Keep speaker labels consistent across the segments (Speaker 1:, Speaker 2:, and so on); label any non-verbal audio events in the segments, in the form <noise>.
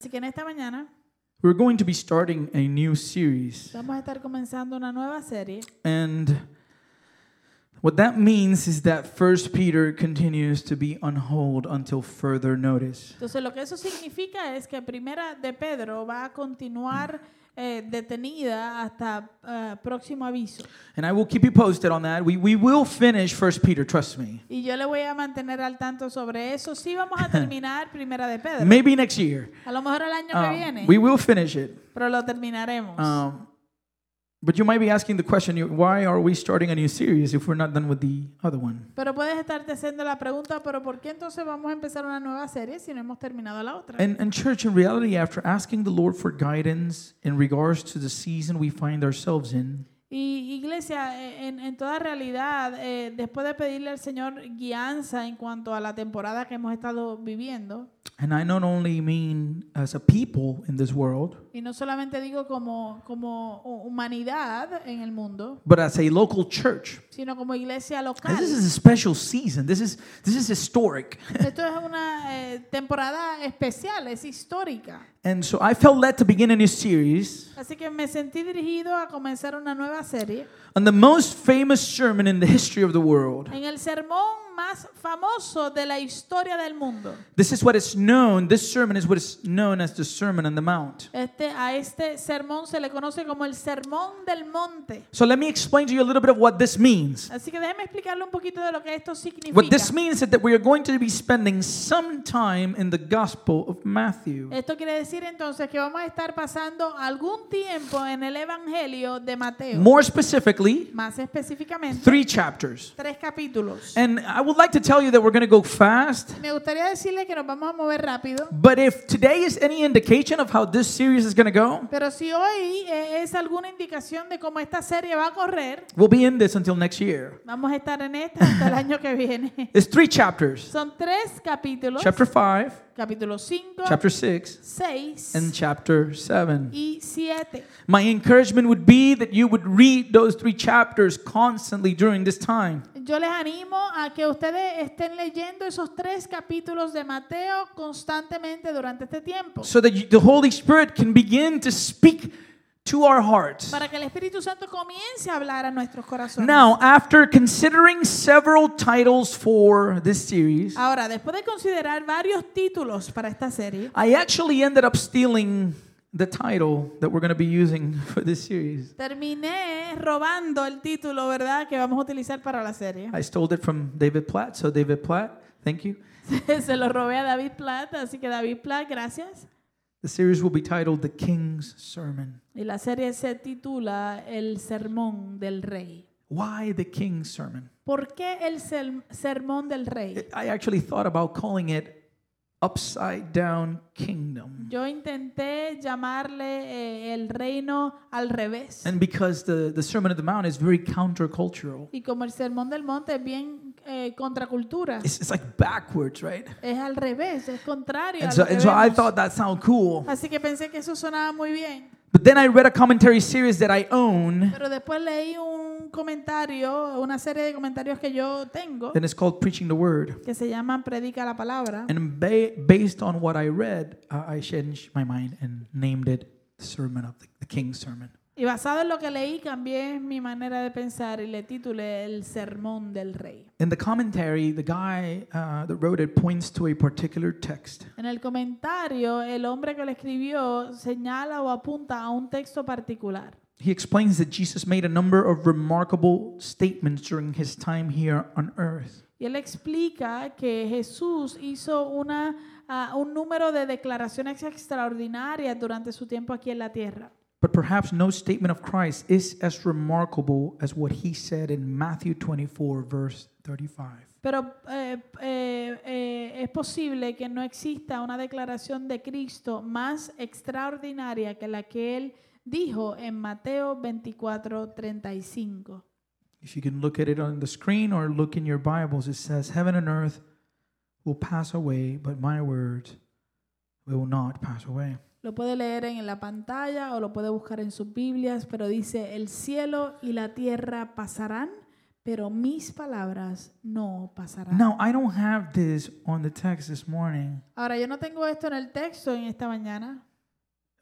Speaker 1: Así que en esta mañana
Speaker 2: We're going to be starting a new series.
Speaker 1: vamos a estar comenzando una nueva serie
Speaker 2: And what that means is that First Peter continues to be on hold until further notice.
Speaker 1: Entonces lo que eso significa es que Primera de Pedro va a continuar eh, detenida hasta eh, próximo aviso.
Speaker 2: And I will keep you posted on that. We, we will finish First Peter, trust me.
Speaker 1: Y yo le voy a mantener al tanto sobre eso. Sí vamos a terminar Primera de Pedro.
Speaker 2: Maybe next year.
Speaker 1: A lo mejor el año que
Speaker 2: Um,
Speaker 1: viene,
Speaker 2: we will finish it.
Speaker 1: pero lo terminaremos.
Speaker 2: Um, but you might be asking the question you- why are we starting a new series if we're not done with the other one?
Speaker 1: pero puedes estarte haciendo la pregunta, pero ¿por qué entonces vamos a empezar una nueva serie si no hemos terminado la otra?
Speaker 2: And, and, church, in reality, after asking the Lord for guidance in regards to the season we find ourselves in,
Speaker 1: Y iglesia, eh, en, en toda realidad, eh, después de pedirle al Señor guianza en cuanto a la temporada que hemos estado viviendo,
Speaker 2: And I not only mean as a people in this world,
Speaker 1: y no solamente digo como, como hu- humanidad en el mundo,
Speaker 2: but as a local church.
Speaker 1: sino como iglesia local.
Speaker 2: And This is a special season. This is this is historic.
Speaker 1: Esto es una eh, temporada especial, es histórica.
Speaker 2: And so I felt led to begin a new series
Speaker 1: Así que me sentí dirigido a comenzar una nueva serie
Speaker 2: on the most famous sermon in the history of the world.
Speaker 1: en el sermón más famoso de la historia del mundo.
Speaker 2: This is what is known. This sermon is what is known as the Sermon on the Mount.
Speaker 1: Este, a este sermón se le conoce como el sermón del monte.
Speaker 2: So let me explain to you a little bit of what this means.
Speaker 1: Así que déjeme explicarle un poquito de lo que esto significa.
Speaker 2: What this means is that we are going to be spending some time in the Gospel of Matthew.
Speaker 1: Esto quiere decir entonces que vamos a estar pasando algún tiempo en el Evangelio de Mateo,
Speaker 2: More specifically,
Speaker 1: más específicamente
Speaker 2: three chapters.
Speaker 1: tres capítulos.
Speaker 2: And I would like to tell you that we're going to go fast.
Speaker 1: Me gustaría decirle que nos vamos a mover rápido,
Speaker 2: But if today is any indication of how this series is going to go,
Speaker 1: pero si hoy eh, es alguna indicación de cómo esta serie va a correr,
Speaker 2: we'll be in this until next year.
Speaker 1: vamos a estar en esta hasta el año que
Speaker 2: <laughs>
Speaker 1: viene.
Speaker 2: It's three chapters
Speaker 1: Son tres capítulos,
Speaker 2: chapter 5,
Speaker 1: capítulo 5,
Speaker 2: chapter 6,
Speaker 1: 6
Speaker 2: and chapter 7.
Speaker 1: y 7.
Speaker 2: My encouragement would be that you would read those three chapters constantly during this time.
Speaker 1: Yo les animo a que ustedes estén leyendo esos tres capítulos de Mateo constantemente durante este tiempo,
Speaker 2: So that you, the Holy Spirit can begin to speak to our hearts.
Speaker 1: para que el Espíritu Santo comience a hablar a nuestros corazones.
Speaker 2: Now, after considering several titles for this series,
Speaker 1: Ahora, después de considerar varios títulos para esta serie,
Speaker 2: I actually ended up stealing the title that we're going to be using <laughs> for this series.
Speaker 1: terminé robando el título, ¿verdad?, que vamos a utilizar para la
Speaker 2: <laughs>
Speaker 1: serie.
Speaker 2: I stole it from David Platt. So, David Platt, thank you.
Speaker 1: Se lo robé a David Platt, así que David Platt, gracias.
Speaker 2: The series will be titled The King's Sermon.
Speaker 1: Y la serie se titula El Sermón del Rey.
Speaker 2: Why the King's Sermon?
Speaker 1: ¿Por qué el sel- Sermón del Rey?
Speaker 2: It- I actually thought about calling it Upside Down Kingdom.
Speaker 1: Yo intenté llamarle eh, el reino al revés.
Speaker 2: And because the, the Sermon on the Mount is very countercultural,
Speaker 1: Y como el sermón del monte es bien eh, contracultura,
Speaker 2: it's, it's like backwards, right?
Speaker 1: es al revés, es contrario.
Speaker 2: And
Speaker 1: a
Speaker 2: so,
Speaker 1: lo que
Speaker 2: and so I
Speaker 1: vemos.
Speaker 2: thought that sounded cool.
Speaker 1: Así que pensé que eso sonaba muy bien.
Speaker 2: But then I read a commentary series that I own,
Speaker 1: Pero después leí un comentario, una serie de comentarios que yo tengo,
Speaker 2: and it's called Preaching the Word.
Speaker 1: que se llaman Predica la Palabra.
Speaker 2: And ba- based on what I read, uh, I changed my mind and named it the Sermon of the, the King's Sermon.
Speaker 1: Y basado en lo que leí, cambié mi manera de pensar y le titulé El Sermón del Rey.
Speaker 2: In the commentary, the guy uh, that wrote it points to a particular text.
Speaker 1: En el comentario, el hombre que lo escribió señala o apunta a un texto particular.
Speaker 2: He explains that Jesus made a number of remarkable statements during his time here on earth.
Speaker 1: Y él explica que Jesús hizo una, ah, un número de declaraciones extraordinarias durante su tiempo aquí en la tierra.
Speaker 2: But perhaps no statement of Christ is as remarkable as what he said in Matthew 24, verse 35.
Speaker 1: Pero eh, eh, eh, es posible que no exista una declaración de Cristo más extraordinaria que la que él dijo en Mateo 24, 35.
Speaker 2: If you can look at it on the screen or look in your Bibles, it says, Heaven and earth will pass away, but my words will not pass away.
Speaker 1: Lo puede leer en la pantalla o lo puede buscar en sus Biblias, pero dice, el cielo y la tierra pasarán, pero mis palabras no pasarán.
Speaker 2: Now, I don't have this on the text this morning,
Speaker 1: Ahora, yo no tengo esto en el texto en esta mañana,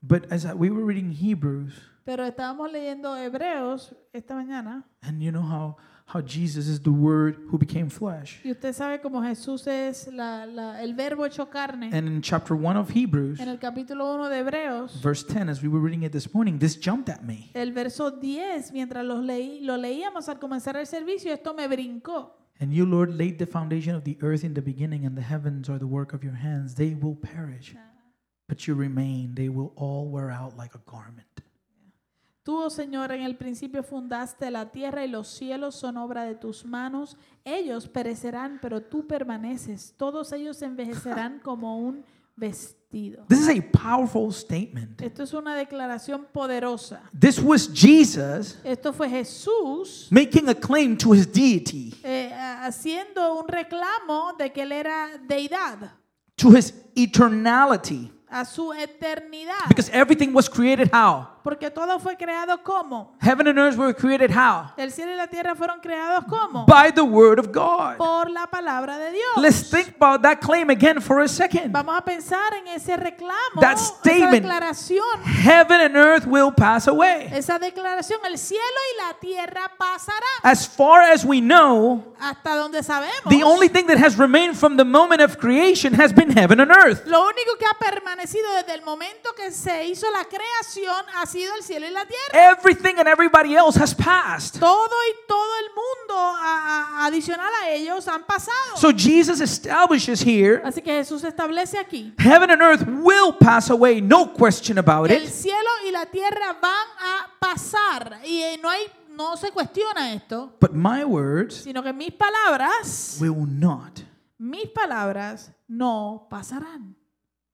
Speaker 2: but as I, we were reading Hebrews,
Speaker 1: pero estábamos leyendo Hebreos esta mañana
Speaker 2: and you know how, how Jesus is the Word who became flesh.
Speaker 1: y usted sabe cómo Jesús es la- la- el verbo hecho carne.
Speaker 2: And in chapter 1 of Hebrews,
Speaker 1: En el capítulo 1 de Hebreos,
Speaker 2: verse 10, as we were reading it this morning, this jumped at me.
Speaker 1: el verso 10, mientras los leí, lo leíamos al comenzar el servicio, esto me brincó.
Speaker 2: And you, Lord, laid the foundation of the earth in the beginning, and the heavens are the work of your hands. They will perish, but you remain. They will all wear out like a garment.
Speaker 1: Tú, oh Señor, en el principio fundaste la tierra y los cielos son obra de tus manos. Ellos perecerán, pero tú permaneces. Todos ellos envejecerán como un vestido.
Speaker 2: This is a powerful statement.
Speaker 1: Esto es una declaración poderosa.
Speaker 2: This was Jesus
Speaker 1: Esto fue Jesús
Speaker 2: making a claim to his deity,
Speaker 1: eh, a- haciendo un reclamo de que él era deidad
Speaker 2: to his eternality,
Speaker 1: a su eternidad.
Speaker 2: because everything was created how?
Speaker 1: Porque todo fue creado como.
Speaker 2: Heaven and earth were created how?
Speaker 1: El cielo y la tierra fueron creados como.
Speaker 2: By the word of God.
Speaker 1: Por la palabra de Dios.
Speaker 2: Let's think about that claim again for a second.
Speaker 1: Vamos a pensar en ese reclamo,
Speaker 2: That
Speaker 1: esa
Speaker 2: statement.
Speaker 1: declaración,
Speaker 2: Heaven and earth will pass away.
Speaker 1: esa declaración, el cielo y la tierra pasarán
Speaker 2: As far as we know,
Speaker 1: hasta donde sabemos.
Speaker 2: The only thing that has remained from the moment of creation has been heaven and earth.
Speaker 1: Lo único que ha permanecido desde el momento que se hizo la creación ha sido el cielo y la tierra.
Speaker 2: Everything and everybody else has passed.
Speaker 1: Todo y todo el mundo a- a- adicional a ellos han pasado.
Speaker 2: So Jesus establishes here
Speaker 1: Así que Jesús establece aquí
Speaker 2: heaven and earth will pass away, no question about
Speaker 1: que el
Speaker 2: it.
Speaker 1: cielo y la tierra van a pasar y eh, no hay no se cuestiona esto,
Speaker 2: But my words
Speaker 1: sino que mis palabras
Speaker 2: will not.
Speaker 1: mis palabras no pasarán.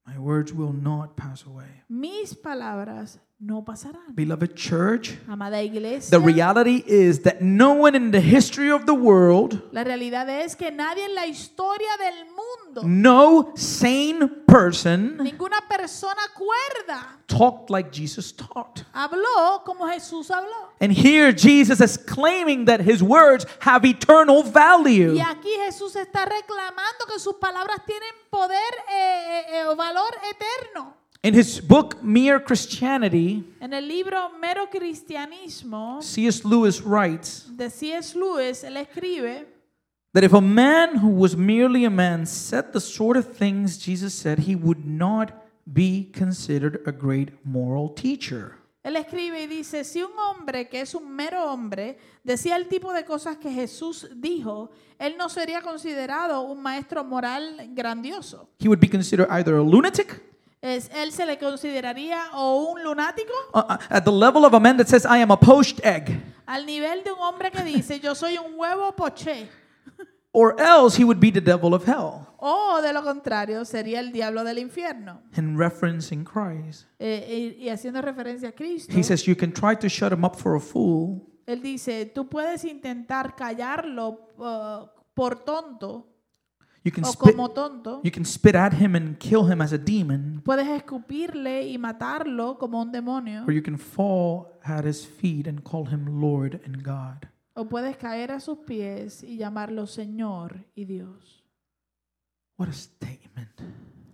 Speaker 2: My words will not pass away.
Speaker 1: Mis palabras no pasarán.
Speaker 2: Beloved church,
Speaker 1: Amada iglesia,
Speaker 2: the reality is that no one in the history of the world,
Speaker 1: la realidad es que nadie en la historia del mundo,
Speaker 2: no sane person,
Speaker 1: ninguna persona cuerda,
Speaker 2: talked like Jesus talked.
Speaker 1: habló como Jesús habló.
Speaker 2: And here Jesus is claiming that his words have eternal value.
Speaker 1: Y aquí Jesús está reclamando que sus palabras tienen poder eh, eh, eh, o valor eterno.
Speaker 2: In his book Mere Christianity,
Speaker 1: En el libro Mero Cristianismo
Speaker 2: C.S. Lewis writes
Speaker 1: de C.S. Lewis, él escribe
Speaker 2: that if a man who was merely a man said the sort of things Jesus said, he would not be considered a great moral teacher.
Speaker 1: Él escribe y dice, si un hombre que es un mero hombre decía el tipo de cosas que Jesús dijo, él no sería considerado un maestro moral grandioso.
Speaker 2: He would be considered either a lunatic,
Speaker 1: Es- él se le consideraría o un lunático
Speaker 2: uh, uh, at the level of a man that says, I am a poached egg,
Speaker 1: al nivel de un hombre que dice, yo soy un huevo poché.
Speaker 2: or else he would be the devil of hell.
Speaker 1: O de lo contrario, sería el diablo del infierno.
Speaker 2: In referencing Christ,
Speaker 1: Eh, y, y haciendo referencia a Cristo,
Speaker 2: he says, You can try to shut him up for a fool,
Speaker 1: él dice, tú puedes intentar callarlo uh, por tonto
Speaker 2: you can
Speaker 1: o
Speaker 2: spit.
Speaker 1: Oh, como tonto.
Speaker 2: You can spit at him and kill him as a demon,
Speaker 1: Puedes escupirle y matarlo como un demonio,
Speaker 2: or you can fall at his feet and call him Lord and God.
Speaker 1: o puedes caer a sus pies y llamarlo Señor y Dios.
Speaker 2: What a statement.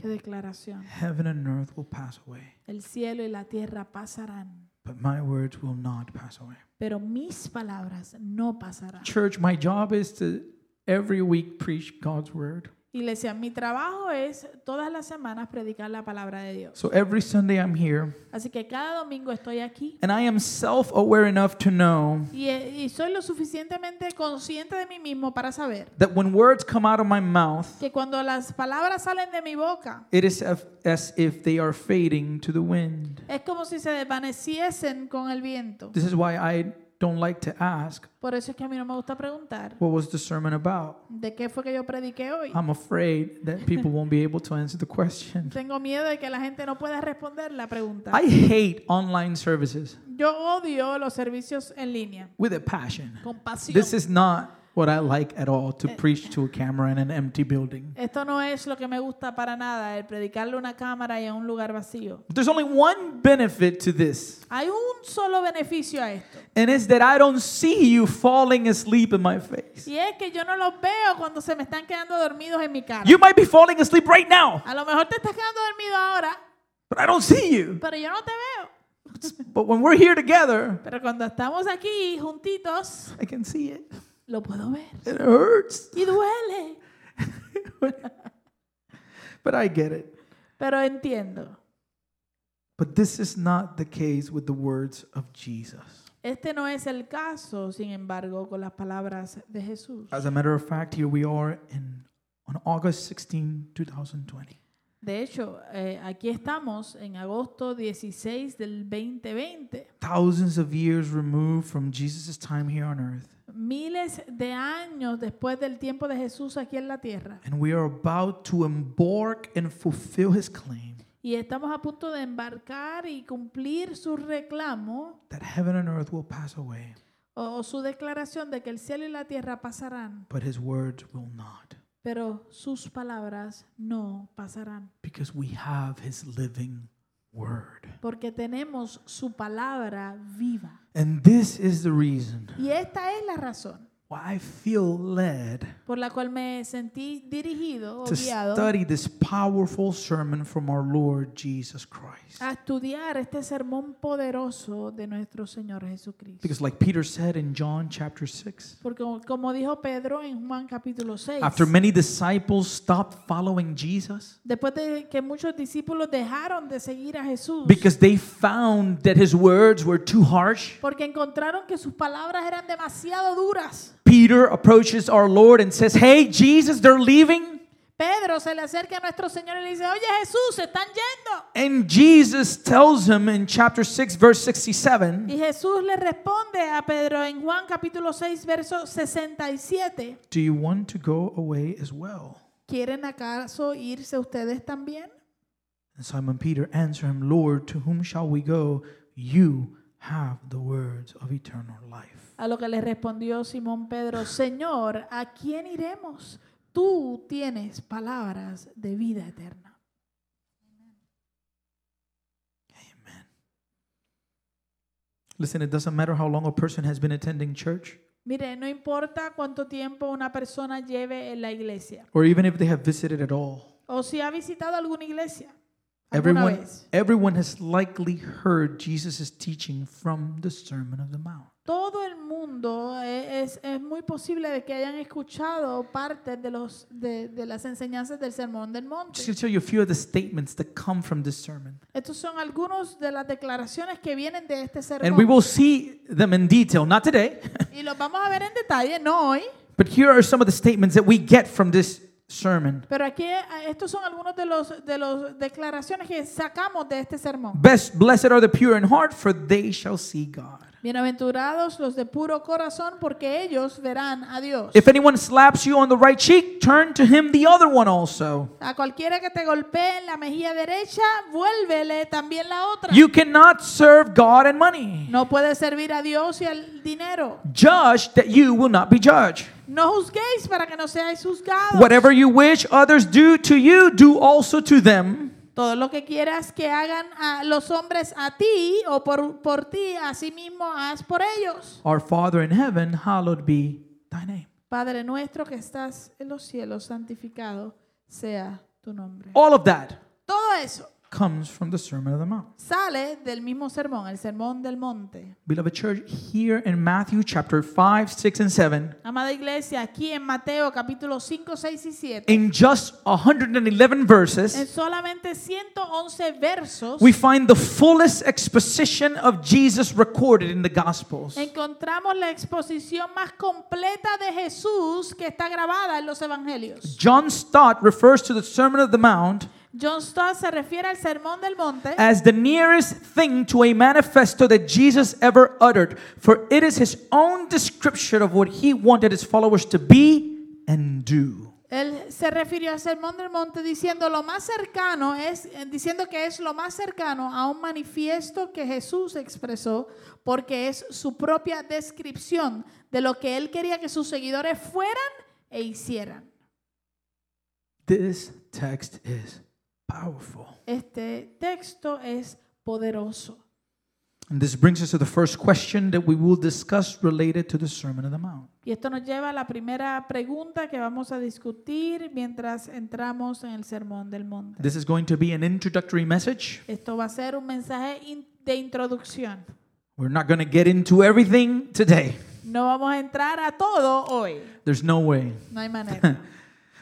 Speaker 1: Qué declaración.
Speaker 2: Heaven and earth will pass away,
Speaker 1: El cielo y la tierra pasarán,
Speaker 2: but my words will not pass away.
Speaker 1: pero mis palabras no pasarán.
Speaker 2: Church, my job is to every week preach God's word.
Speaker 1: Iglesia, mi trabajo es todas las semanas predicar la palabra de Dios.
Speaker 2: So every Sunday I'm here,
Speaker 1: Así que cada domingo estoy aquí
Speaker 2: and I am self aware enough to know
Speaker 1: y, eh, y soy lo suficientemente consciente de mí mismo para saber
Speaker 2: that when words come out of my mouth,
Speaker 1: que cuando las palabras salen de mi boca,
Speaker 2: it is af- as if they are fading to the wind.
Speaker 1: es como si se desvaneciesen con el viento.
Speaker 2: This is why I don't like to ask,
Speaker 1: Por eso es que a mí no me gusta preguntar
Speaker 2: What was the sermon about?
Speaker 1: de qué fue que yo prediqué hoy.
Speaker 2: I'm afraid that people won't be able to answer the question.
Speaker 1: Tengo miedo de que la gente no pueda responder la pregunta.
Speaker 2: I hate online services
Speaker 1: Yo odio los servicios en línea.
Speaker 2: with a passion.
Speaker 1: Con pasión.
Speaker 2: This is not what I like at all to preach to a camera in an empty building.
Speaker 1: Esto no es lo que me gusta para nada, el predicarle a una cámara y a un lugar vacío.
Speaker 2: But there's only one benefit to this,
Speaker 1: Hay un solo beneficio a esto.
Speaker 2: and it's that I don't see you falling asleep in my face.
Speaker 1: Y es que yo no los veo cuando se me están quedando dormidos en mi cara.
Speaker 2: You might be falling asleep right now,
Speaker 1: A lo mejor te estás quedando dormido ahora,
Speaker 2: but I don't see you.
Speaker 1: pero yo no te veo.
Speaker 2: But when we're here together,
Speaker 1: Pero cuando estamos aquí juntitos,
Speaker 2: I can see it.
Speaker 1: lo puedo ver.
Speaker 2: It hurts,
Speaker 1: Y duele.
Speaker 2: but I get it.
Speaker 1: Pero entiendo.
Speaker 2: But this is not the case with the words of Jesus.
Speaker 1: Este no es el caso, sin embargo, con las palabras de Jesús.
Speaker 2: As a matter of fact, here we are in on August 16, 2020.
Speaker 1: De hecho, eh, aquí estamos en agosto 16 del 2020,
Speaker 2: Thousands of years removed from Jesus' time here on earth.
Speaker 1: miles de años después del tiempo de Jesús aquí en la tierra.
Speaker 2: And we are about to embark and fulfill his claim
Speaker 1: Y estamos a punto de embarcar y cumplir su reclamo
Speaker 2: that heaven and earth will pass away,
Speaker 1: o, o su declaración de que el cielo y la tierra pasarán,
Speaker 2: but his words will not,
Speaker 1: pero sus palabras no pasarán,
Speaker 2: because we have his living word.
Speaker 1: porque tenemos su palabra viva.
Speaker 2: And this is the reason
Speaker 1: Y esta es la razón
Speaker 2: why I feel led
Speaker 1: por la cual me sentí dirigido o
Speaker 2: to
Speaker 1: guiado
Speaker 2: study this powerful sermon from our Lord Jesus Christ.
Speaker 1: a estudiar este sermón poderoso de nuestro Señor Jesucristo.
Speaker 2: Because, like Peter said in John chapter 6,
Speaker 1: Porque como dijo Pedro en Juan capítulo 6,
Speaker 2: after many disciples stopped following Jesus
Speaker 1: después de que muchos discípulos dejaron de seguir a Jesús,
Speaker 2: because they found that his words were too harsh,
Speaker 1: porque encontraron que sus palabras eran demasiado duras.
Speaker 2: Peter approaches our Lord and says, Hey, Jesus, they're leaving.
Speaker 1: Pedro se le acerca a nuestro Señor y le dice, oye Jesús, se están yendo.
Speaker 2: And Jesus tells him in chapter 6, verse 67,
Speaker 1: Y Jesús le responde a Pedro en Juan capítulo 6, verso 67,
Speaker 2: Do you want to go away as well?
Speaker 1: ¿quieren acaso irse ustedes también?
Speaker 2: And Simon Peter answered him, Lord, to whom shall we go? You have the words of eternal life.
Speaker 1: A lo que le respondió Simón Pedro, Señor, ¿a quién iremos? Tú tienes palabras de vida eterna.
Speaker 2: Amen. Listen, it doesn't matter how long a person has been attending church.
Speaker 1: Mire, no importa cuánto tiempo una persona lleve en la iglesia
Speaker 2: or even if they have visited at all.
Speaker 1: o si ha visitado alguna iglesia alguna
Speaker 2: Everyone,
Speaker 1: vez.
Speaker 2: everyone has likely heard Jesus' teaching from the Sermon of the Mount.
Speaker 1: Todo el mundo eh, es, es muy posible de que hayan escuchado parte de, los, de, de las enseñanzas del Sermón del
Speaker 2: I'm
Speaker 1: Monte.
Speaker 2: just going to show you a few of the statements that come from this sermon.
Speaker 1: Estos son algunos de las declaraciones que vienen de este
Speaker 2: And we
Speaker 1: sermón.
Speaker 2: will see them in detail, not today, <laughs>
Speaker 1: Y los vamos a ver en detalle, no hoy,
Speaker 2: but here are some of the statements that we get from this sermon.
Speaker 1: pero aquí eh, estos son algunos de las de los declaraciones que sacamos de este sermón.
Speaker 2: Best, blessed are the pure in heart, for they shall see God.
Speaker 1: Bienaventurados los de puro corazón, porque ellos verán a Dios.
Speaker 2: If anyone slaps you on the right cheek, turn to him the other one also.
Speaker 1: A cualquiera que te golpee en la mejilla derecha, vuélvele también la otra.
Speaker 2: You cannot serve God and money.
Speaker 1: No puedes servir a Dios y al dinero.
Speaker 2: Judge that you will not be judged.
Speaker 1: No juzguéis para que no seáis juzgados.
Speaker 2: Whatever you wish others do to you, do also to them.
Speaker 1: Todo lo que quieras que hagan a los hombres a ti o por, por ti, así mismo haz por ellos.
Speaker 2: Our Father in heaven, hallowed be thy name.
Speaker 1: Padre nuestro que estás en los cielos, santificado sea tu nombre.
Speaker 2: All of that
Speaker 1: Todo eso
Speaker 2: comes from the Sermon on the Mount.
Speaker 1: sale del mismo sermón, el sermón del monte.
Speaker 2: Beloved church, here in Matthew chapter 5, 6, and 7,
Speaker 1: Amada iglesia, aquí en Mateo capítulo 5, 6 y 7,
Speaker 2: in just 111
Speaker 1: en
Speaker 2: verses,
Speaker 1: solamente 111 versos,
Speaker 2: we find the fullest exposition of Jesus recorded in the Gospels.
Speaker 1: encontramos la exposición más completa de Jesús que está grabada en los evangelios.
Speaker 2: John Stott refers to the Sermon of the Mount
Speaker 1: John Stott se refiere al sermón del monte
Speaker 2: as the nearest thing to a manifesto that Jesus ever uttered, for it is his own description of what he wanted his followers to be and do.
Speaker 1: Él se refirió al sermón del monte diciendo lo más cercano es eh, diciendo que es lo más cercano a un manifiesto que Jesús expresó porque es su propia descripción de lo que él quería que sus seguidores fueran e hicieran.
Speaker 2: This text is powerful.
Speaker 1: Este texto es poderoso.
Speaker 2: And this brings us to the first question that we will discuss related to the Sermon on the Mount.
Speaker 1: Y esto nos lleva a la primera pregunta que vamos a discutir mientras entramos en el sermón del monte.
Speaker 2: This is going to be an introductory message.
Speaker 1: Esto va a ser un mensaje in- de introducción.
Speaker 2: We're not going to get into everything today.
Speaker 1: No vamos a entrar a todo hoy.
Speaker 2: There's no way.
Speaker 1: No hay
Speaker 2: <laughs>
Speaker 1: manera.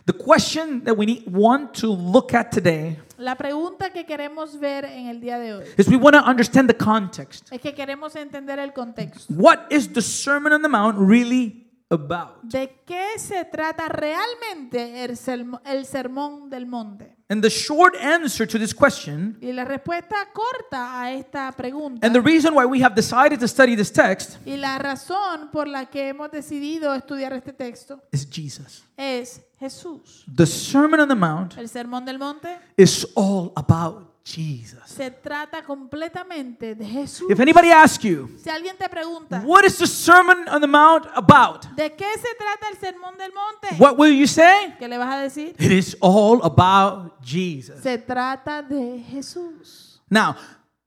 Speaker 2: The question that we need, want to look at today
Speaker 1: La pregunta que queremos ver en el día de hoy
Speaker 2: is we want to understand the context.
Speaker 1: es que queremos entender el contexto.
Speaker 2: What is the Sermon on the Mount really about?
Speaker 1: ¿De qué se trata realmente el, sermo- el sermón del monte?
Speaker 2: And the short answer to this question,
Speaker 1: Y la respuesta corta a esta pregunta
Speaker 2: and the reason why we have decided to study this text,
Speaker 1: y la razón por la que hemos decidido estudiar este texto
Speaker 2: is Jesus.
Speaker 1: es Jesús.
Speaker 2: The Sermon on the Mount
Speaker 1: El sermón del monte
Speaker 2: is all about Jesus.
Speaker 1: se trata completamente de Jesús.
Speaker 2: If anybody asks you,
Speaker 1: Si alguien te pregunta,
Speaker 2: what is the Sermon on the Mount about?
Speaker 1: ¿de qué se trata el sermón del monte?
Speaker 2: What will you say?
Speaker 1: ¿Qué le vas a decir?
Speaker 2: It is all about Jesus.
Speaker 1: Se trata de Jesús.
Speaker 2: Now,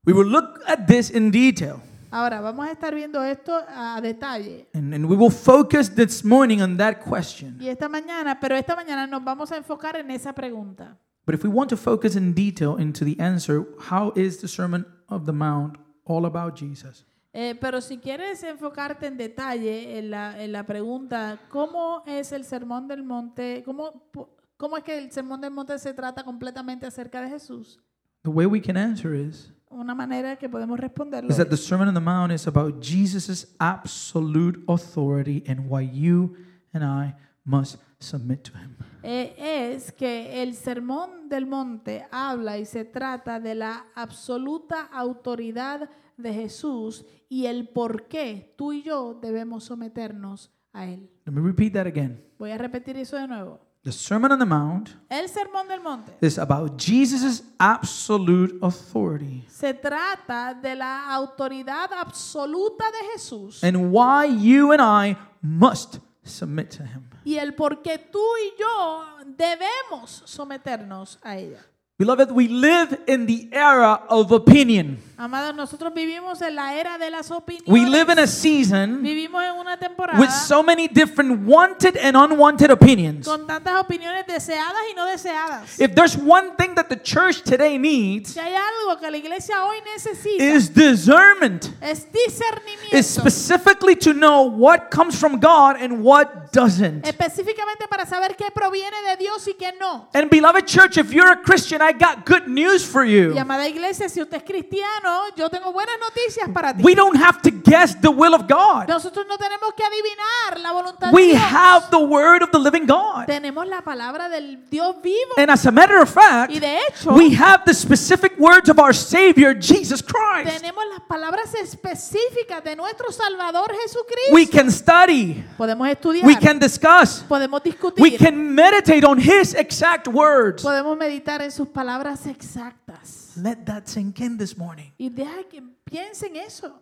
Speaker 2: we will look at this in detail,
Speaker 1: Ahora, vamos a estar viendo esto a detalle.
Speaker 2: and, and we will focus this morning on that question.
Speaker 1: Y esta mañana, pero esta mañana nos vamos a enfocar en esa pregunta.
Speaker 2: But if we want to focus in detail into the answer, how is the Sermon of the Mount all about Jesus?
Speaker 1: Eh, pero si quieres enfocarte en detalle en la, en la pregunta, ¿cómo es el Sermón del Monte? ¿Cómo, po- ¿Cómo es que el Sermón del Monte se trata completamente acerca de Jesús?
Speaker 2: The way we can answer is,
Speaker 1: Una manera que podemos responderlo.
Speaker 2: is that the Sermon on the Mount is about Jesus' absolute authority and why you and I must submit to him.
Speaker 1: eh, es que el sermón del monte habla y se trata de la absoluta autoridad de Jesús y el por qué tú y yo debemos someternos a él.
Speaker 2: Let me repeat that again.
Speaker 1: Voy a repetir eso de nuevo.
Speaker 2: The Sermon on the Mount
Speaker 1: El sermón del monte
Speaker 2: is about Jesus' absolute authority
Speaker 1: se trata de la autoridad absoluta de Jesús
Speaker 2: and why you and I must submit to him.
Speaker 1: y el por qué tú y yo debemos someternos a ella.
Speaker 2: Beloved, we live in the era of opinion.
Speaker 1: Amados, nosotros vivimos en la era de las
Speaker 2: We live
Speaker 1: opiniones.
Speaker 2: in a season
Speaker 1: Vivimos en una
Speaker 2: with
Speaker 1: temporada
Speaker 2: so many different wanted and unwanted opinions.
Speaker 1: con tantas opiniones deseadas y no deseadas.
Speaker 2: If there's one thing that the church today needs,
Speaker 1: Si hay algo que la iglesia hoy necesita,
Speaker 2: is discernment.
Speaker 1: es
Speaker 2: Is
Speaker 1: discernimiento.
Speaker 2: specifically to know what comes from God and what doesn't.
Speaker 1: Específicamente para saber qué proviene de Dios y qué no.
Speaker 2: And beloved church, if you're a Christian, I got good news for
Speaker 1: Y
Speaker 2: you.
Speaker 1: amada iglesia, si usted es cristiano, yo tengo buenas noticias para ti.
Speaker 2: We don't have to guess the will of God.
Speaker 1: Nosotros no tenemos que adivinar la voluntad de
Speaker 2: We
Speaker 1: Dios.
Speaker 2: have the word of the living God.
Speaker 1: Tenemos la palabra del Dios vivo.
Speaker 2: And as a matter of fact,
Speaker 1: Y de hecho,
Speaker 2: we have the specific words of our Savior, Jesus Christ.
Speaker 1: tenemos las palabras específicas de nuestro Salvador Jesucristo.
Speaker 2: We can study,
Speaker 1: podemos estudiar,
Speaker 2: we can discuss,
Speaker 1: podemos discutir.
Speaker 2: we can meditate on His exact words.
Speaker 1: Podemos meditar en sus palabras exactas.
Speaker 2: Let that sink in this morning.
Speaker 1: Y deja que piensen eso.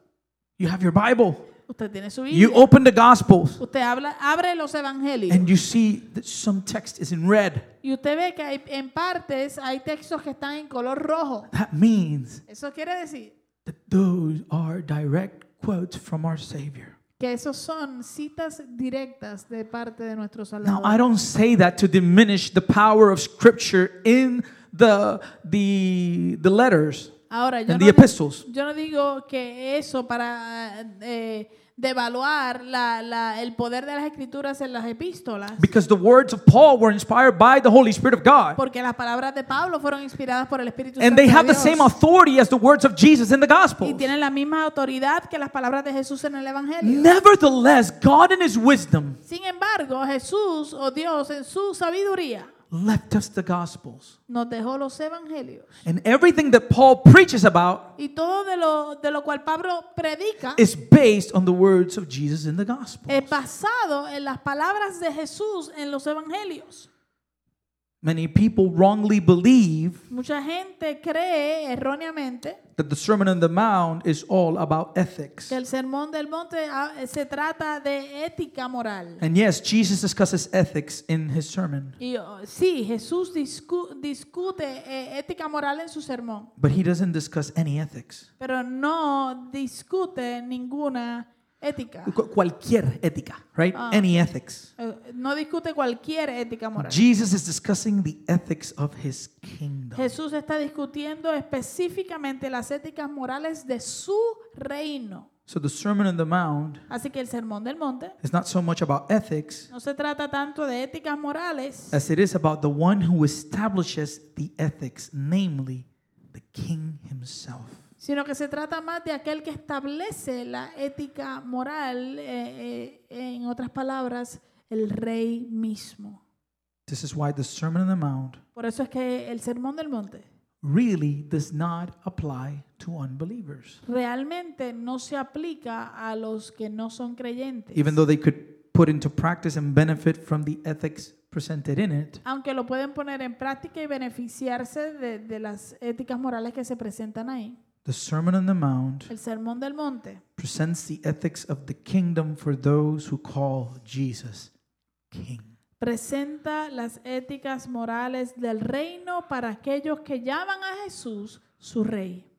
Speaker 2: You have your Bible,
Speaker 1: Usted tiene su
Speaker 2: you
Speaker 1: Biblia.
Speaker 2: open the Gospels,
Speaker 1: Usted habla, abre los evangelios.
Speaker 2: and you see that some text is in red.
Speaker 1: Y usted ve que hay- en partes hay textos que están en color rojo.
Speaker 2: That means
Speaker 1: Eso quiere decir
Speaker 2: that those are direct quotes from our Savior.
Speaker 1: que esos son citas directas de parte de nuestro
Speaker 2: Now, I
Speaker 1: Salvador.
Speaker 2: don't say that to diminish the power of Scripture in the the the letters
Speaker 1: Ahora, yo
Speaker 2: and
Speaker 1: no,
Speaker 2: the
Speaker 1: di-
Speaker 2: epistles.
Speaker 1: yo no digo que eso para eh, devaluar la- la- el poder de las escrituras en las epístolas.
Speaker 2: Because the words of Paul were inspired by the Holy Spirit of God.
Speaker 1: Porque las palabras de Pablo fueron inspiradas por el Espíritu
Speaker 2: And
Speaker 1: Santo.
Speaker 2: they
Speaker 1: de
Speaker 2: have the
Speaker 1: Dios.
Speaker 2: same authority as the words of Jesus in the
Speaker 1: y
Speaker 2: Gospels.
Speaker 1: tienen la misma autoridad que las palabras de Jesús en el Evangelio.
Speaker 2: Nevertheless, God in His wisdom
Speaker 1: Sin embargo, Jesús o Dios en su sabiduría
Speaker 2: left us the Gospels.
Speaker 1: nos dejó los Evangelios.
Speaker 2: And everything that Paul preaches about
Speaker 1: Y todo de lo, de lo cual Pablo predica
Speaker 2: is based on the words
Speaker 1: Eh.
Speaker 2: of Jesus in the Gospels.
Speaker 1: es basado en las palabras de Jesús en los Evangelios.
Speaker 2: Many people wrongly believe
Speaker 1: Mucha gente cree erróneamente
Speaker 2: that the Sermon on the Mount is all about ethics.
Speaker 1: que el sermón del monte ah, se trata de ética moral.
Speaker 2: And yes, Jesus discusses ethics in his sermon,
Speaker 1: Y oh, sí, Jesús discu- discute eh, ética moral en su sermón,
Speaker 2: but he doesn't discuss any ethics.
Speaker 1: pero no discute ninguna ética.
Speaker 2: Cu- Cualquier ética, right?
Speaker 1: Ah,
Speaker 2: Any ethics.
Speaker 1: Eh, No discute cualquier ética moral.
Speaker 2: Jesus is discussing the ethics of his kingdom.
Speaker 1: Jesús está discutiendo específicamente las éticas morales de su reino.
Speaker 2: So the Sermon on the Mount
Speaker 1: Así que el Sermón del Monte
Speaker 2: is not so much about ethics
Speaker 1: no se trata tanto de éticas morales,
Speaker 2: as it is about the one who establishes the ethics, namely the king himself.
Speaker 1: sino que se trata más de aquel que establece la ética moral, eh, eh, en otras palabras, el rey mismo.
Speaker 2: This is why the Sermon on the Mount
Speaker 1: Por eso es que el Sermón del Monte
Speaker 2: really does not apply to unbelievers,
Speaker 1: realmente no se aplica a los que no son creyentes,
Speaker 2: even though they could put into practice and benefit from the ethics presented in it.
Speaker 1: aunque lo pueden poner en práctica y beneficiarse de, de las éticas morales que se presentan ahí.
Speaker 2: The Sermon on the Mount
Speaker 1: El Sermón del Monte
Speaker 2: presents the ethics of the kingdom for those who call Jesus king.
Speaker 1: presenta las éticas morales del reino para aquellos que llaman a Jesús su rey,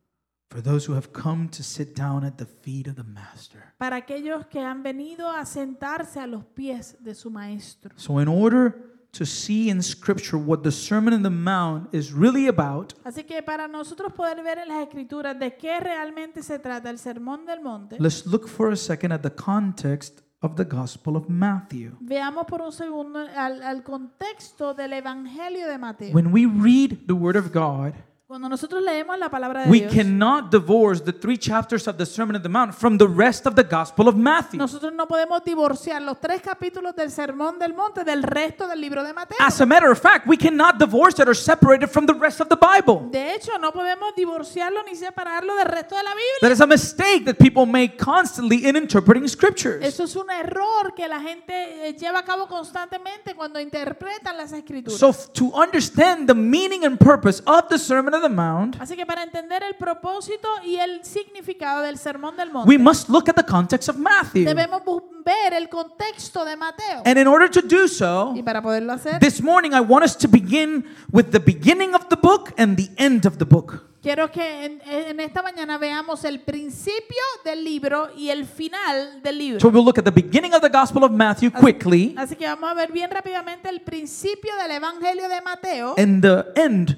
Speaker 2: for those who have come to sit down at the feet of the master.
Speaker 1: para aquellos que han venido a sentarse a los pies de su maestro.
Speaker 2: So, in order to see in Scripture what the Sermon on the Mount is really about,
Speaker 1: Así que para nosotros poder ver en las escrituras de qué realmente se trata el Sermón del Monte,
Speaker 2: let's look for a second at the context of the Gospel of Matthew.
Speaker 1: Veamos por un segundo al, al contexto del Evangelio de Mateo.
Speaker 2: When we read the Word of God,
Speaker 1: Cuando nosotros leemos la palabra de
Speaker 2: we
Speaker 1: Dios,
Speaker 2: cannot divorce the three chapters of the Sermon on the Mount from the rest of the Gospel of Matthew.
Speaker 1: nosotros no podemos divorciar los tres capítulos del Sermón del Monte del resto del libro de Mateo.
Speaker 2: As a matter of fact, we cannot divorce it or separate it from the rest of the Bible.
Speaker 1: De hecho, no podemos divorciarlo ni separarlo del resto de la Biblia.
Speaker 2: That is a mistake that people make constantly in interpreting scriptures.
Speaker 1: Eso es un error que la gente eh, lleva a cabo constantemente cuando interpretan las escrituras.
Speaker 2: So, f- to understand the meaning and purpose of the Sermon on the Mount,
Speaker 1: Así que para entender el propósito y el significado del Sermón del Monte,
Speaker 2: we must look at the context of Matthew.
Speaker 1: debemos bu- ver el contexto de Mateo.
Speaker 2: And in order to do
Speaker 1: Y
Speaker 2: so,
Speaker 1: para poderlo hacer,
Speaker 2: this morning I want us to begin with the beginning of the book and the end of the book.
Speaker 1: Quiero que en, en esta mañana veamos el principio del libro y el final del
Speaker 2: So,
Speaker 1: libro.
Speaker 2: we'll look at the beginning of the Gospel of Matthew quickly
Speaker 1: Así que vamos a ver bien rápidamente el principio del Evangelio de Mateo
Speaker 2: and the end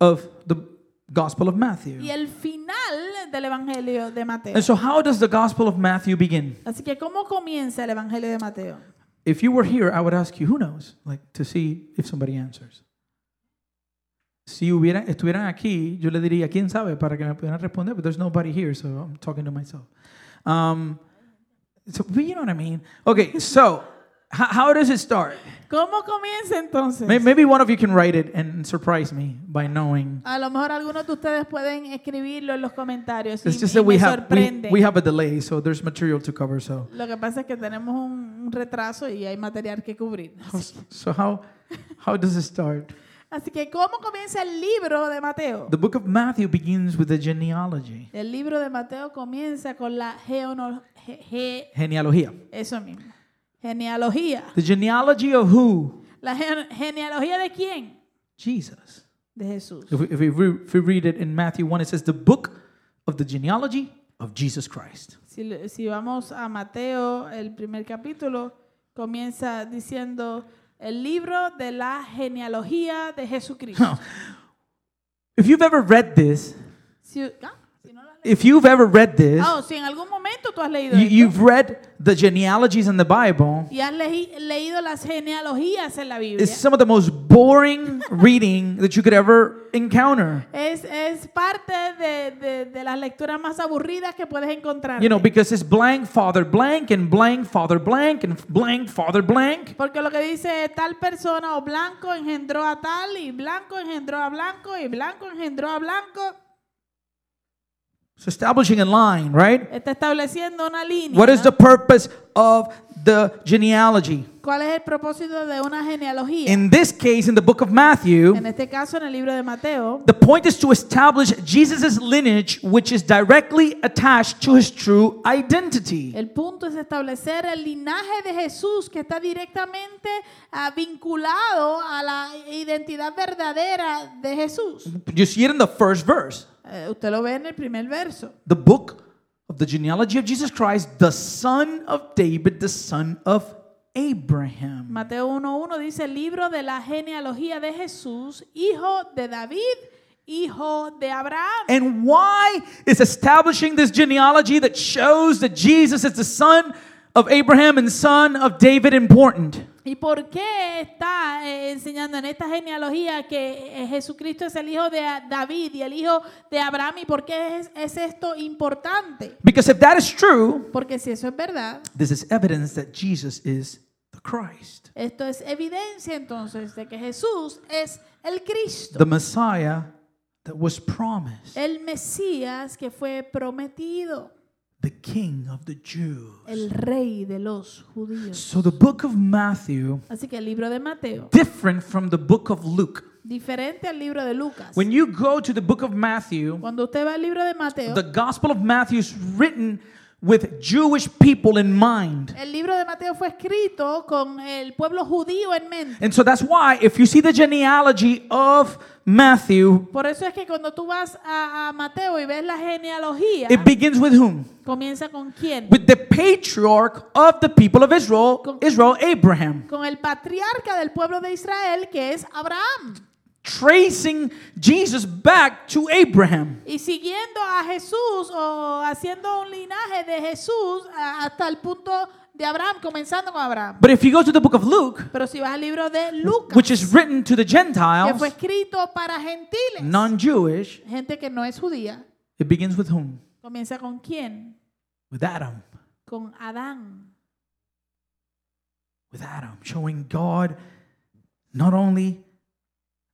Speaker 2: of the Gospel of
Speaker 1: y
Speaker 2: Matthew.
Speaker 1: el final del Evangelio de Mateo.
Speaker 2: And so, how does the Gospel of Matthew begin?
Speaker 1: Así que ¿cómo comienza el Evangelio de Mateo?
Speaker 2: If you were here, I would ask you, who knows? Like, to see if somebody answers. Si hubiera, estuvieran aquí, yo le diría, ¿quién sabe? Para que me pudieran responder, but there's nobody here, so I'm talking to myself. Um, so, but you know what I mean? Okay, so, how, how does it start?
Speaker 1: ¿Cómo comienza entonces?
Speaker 2: May- Maybe one of you can write it and surprise me by knowing.
Speaker 1: A lo mejor algunos de ustedes pueden escribirlo en los comentarios y,
Speaker 2: It's just
Speaker 1: y
Speaker 2: that we
Speaker 1: me
Speaker 2: have, we,
Speaker 1: sorprende.
Speaker 2: we have a delay, so there's material to cover, so.
Speaker 1: Lo que pasa es que tenemos un, un retraso y hay material que cubrir. Así,
Speaker 2: So, how, how does it start?
Speaker 1: así que ¿cómo comienza el libro de Mateo?
Speaker 2: The book of Matthew begins with a genealogy.
Speaker 1: El libro de Mateo comienza con la geono- ge- ge-
Speaker 2: Genealogía.
Speaker 1: eso mismo, genealogía.
Speaker 2: The genealogy of who?
Speaker 1: ¿La gen- genealogía de quién?
Speaker 2: Jesus.
Speaker 1: De Jesús.
Speaker 2: If we, if, we re- if we read it in Matthew 1, it says, The book of the genealogy of Jesus Christ.
Speaker 1: Si, le- si vamos a Mateo, el primer capítulo, comienza diciendo el libro de la genealogía de Jesucristo.
Speaker 2: Now, if you've ever read this,
Speaker 1: Si, ah, si no lo has leído.
Speaker 2: if you've ever read this,
Speaker 1: Ah, o si en algún momento tú has leído
Speaker 2: you,
Speaker 1: esto
Speaker 2: you've read the genealogies in the Bible,
Speaker 1: y has leí- leído las genealogías en la Biblia.
Speaker 2: it's some of the most boring reading that you could ever encounter.
Speaker 1: Es, es parte de, de- de las lecturas más aburridas que puedes encontrar.
Speaker 2: You know, because it's blank father blank and blank father blank and blank father blank.
Speaker 1: Porque lo que dice tal persona o blanco engendró a tal y blanco engendró a blanco y blanco engendró a blanco.
Speaker 2: It's establishing a line, right?
Speaker 1: Está estableciendo una línea.
Speaker 2: What is the purpose of the genealogy?
Speaker 1: ¿Cuál es el propósito de una genealogía?
Speaker 2: In this case, in the book of Matthew,
Speaker 1: en este caso, en el libro de Mateo,
Speaker 2: the point is to establish Jesus' lineage, which is directly attached to his true identity.
Speaker 1: el punto es establecer el linaje de Jesús que está directamente ah, vinculado a la identidad verdadera de Jesús.
Speaker 2: You see it in the first verse.
Speaker 1: Eh, usted lo ve en el primer verso.
Speaker 2: The book of the genealogy of Jesus Christ, the son of David, the son of Abraham.
Speaker 1: Mateo 1.1 dice, el libro de la genealogía de Jesús, hijo de David, hijo de Abraham.
Speaker 2: And why is establishing this genealogy that shows that Jesus is the son of Abraham and son of David important?
Speaker 1: ¿Y por qué está eh, enseñando en esta genealogía que eh, Jesucristo es el hijo de A- David y el hijo de Abraham? ¿Y por qué es, es esto importante?
Speaker 2: Because if that is true,
Speaker 1: Porque si eso es verdad,
Speaker 2: this is evidence that Jesus is the Christ,
Speaker 1: esto es evidencia entonces de que Jesús es el Cristo,
Speaker 2: the Messiah that was promised,
Speaker 1: el Mesías que fue prometido,
Speaker 2: the King of the Jews.
Speaker 1: el rey de los judíos.
Speaker 2: So the book of Matthew,
Speaker 1: Así que el libro de Mateo,
Speaker 2: different from the book of Luke.
Speaker 1: diferente al libro de Lucas.
Speaker 2: When you go to the book of Matthew,
Speaker 1: Cuando usted va al libro de Mateo,
Speaker 2: the Gospel of Matthew is written with Jewish people in mind.
Speaker 1: el libro de Mateo fue escrito con el pueblo judío en mente.
Speaker 2: And so that's why, if you see the genealogy of Matthew,
Speaker 1: Por eso es que cuando tú vas a, a Mateo y ves la genealogía,
Speaker 2: it begins with whom?
Speaker 1: comienza con quién?
Speaker 2: With the patriarch of the people of Israel, Israel, Abraham.
Speaker 1: Con el patriarca del pueblo de Israel, que es Abraham.
Speaker 2: Tracing Jesus back to Abraham.
Speaker 1: Y siguiendo a Jesús o haciendo un linaje de Jesús a- hasta el punto de Abraham, comenzando con Abraham.
Speaker 2: But if you go to the book of Luke,
Speaker 1: Pero si vas al libro de Lucas,
Speaker 2: which is written to the
Speaker 1: que fue
Speaker 2: Gentiles,
Speaker 1: escrito para gentiles,
Speaker 2: non Jewish,
Speaker 1: gente que no es judía,
Speaker 2: it begins with whom?
Speaker 1: comienza con quién?
Speaker 2: With Adam.
Speaker 1: Con Adán.
Speaker 2: With Adam. Showing God not only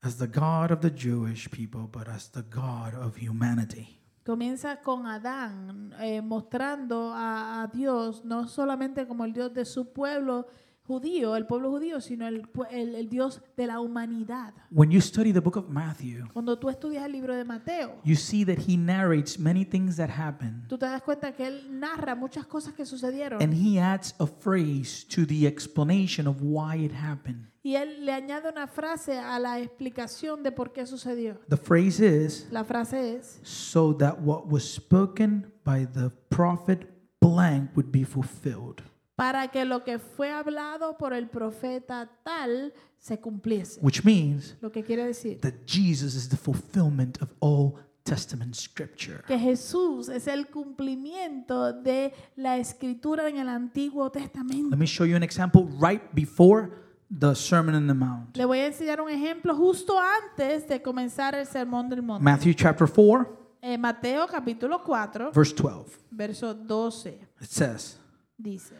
Speaker 2: as the God of the Jewish people, but as the God of humanity.
Speaker 1: Comienza con Adán, eh, mostrando a, a Dios no solamente como el Dios de su pueblo judío, el pueblo judío, sino el, pue- el- el Dios de la humanidad.
Speaker 2: When you study the book of Matthew,
Speaker 1: Cuando tú estudias el libro de Mateo,
Speaker 2: you see that he narrates many things that happen
Speaker 1: tú te das cuenta que él narra muchas cosas que sucedieron
Speaker 2: and he adds a phrase to the explanation of why it happened.
Speaker 1: y él le añade una frase a la explicación de por qué sucedió.
Speaker 2: The phrase is
Speaker 1: La frase es,
Speaker 2: so that what was spoken by the prophet blank would be fulfilled.
Speaker 1: para que lo que fue hablado por el profeta tal se cumpliese.
Speaker 2: Which means
Speaker 1: Lo que quiere decir
Speaker 2: that Jesus is the fulfillment of all Testament scripture.
Speaker 1: que Jesús es el cumplimiento de la escritura en el Antiguo Testamento.
Speaker 2: Let me show you an example right before the Sermon on the Mount.
Speaker 1: Le voy a enseñar un ejemplo justo antes de comenzar el Sermón del Monte.
Speaker 2: Matthew chapter 4,
Speaker 1: Eh, Mateo capítulo 4,
Speaker 2: verse 12.
Speaker 1: verso 12
Speaker 2: It says,
Speaker 1: dice.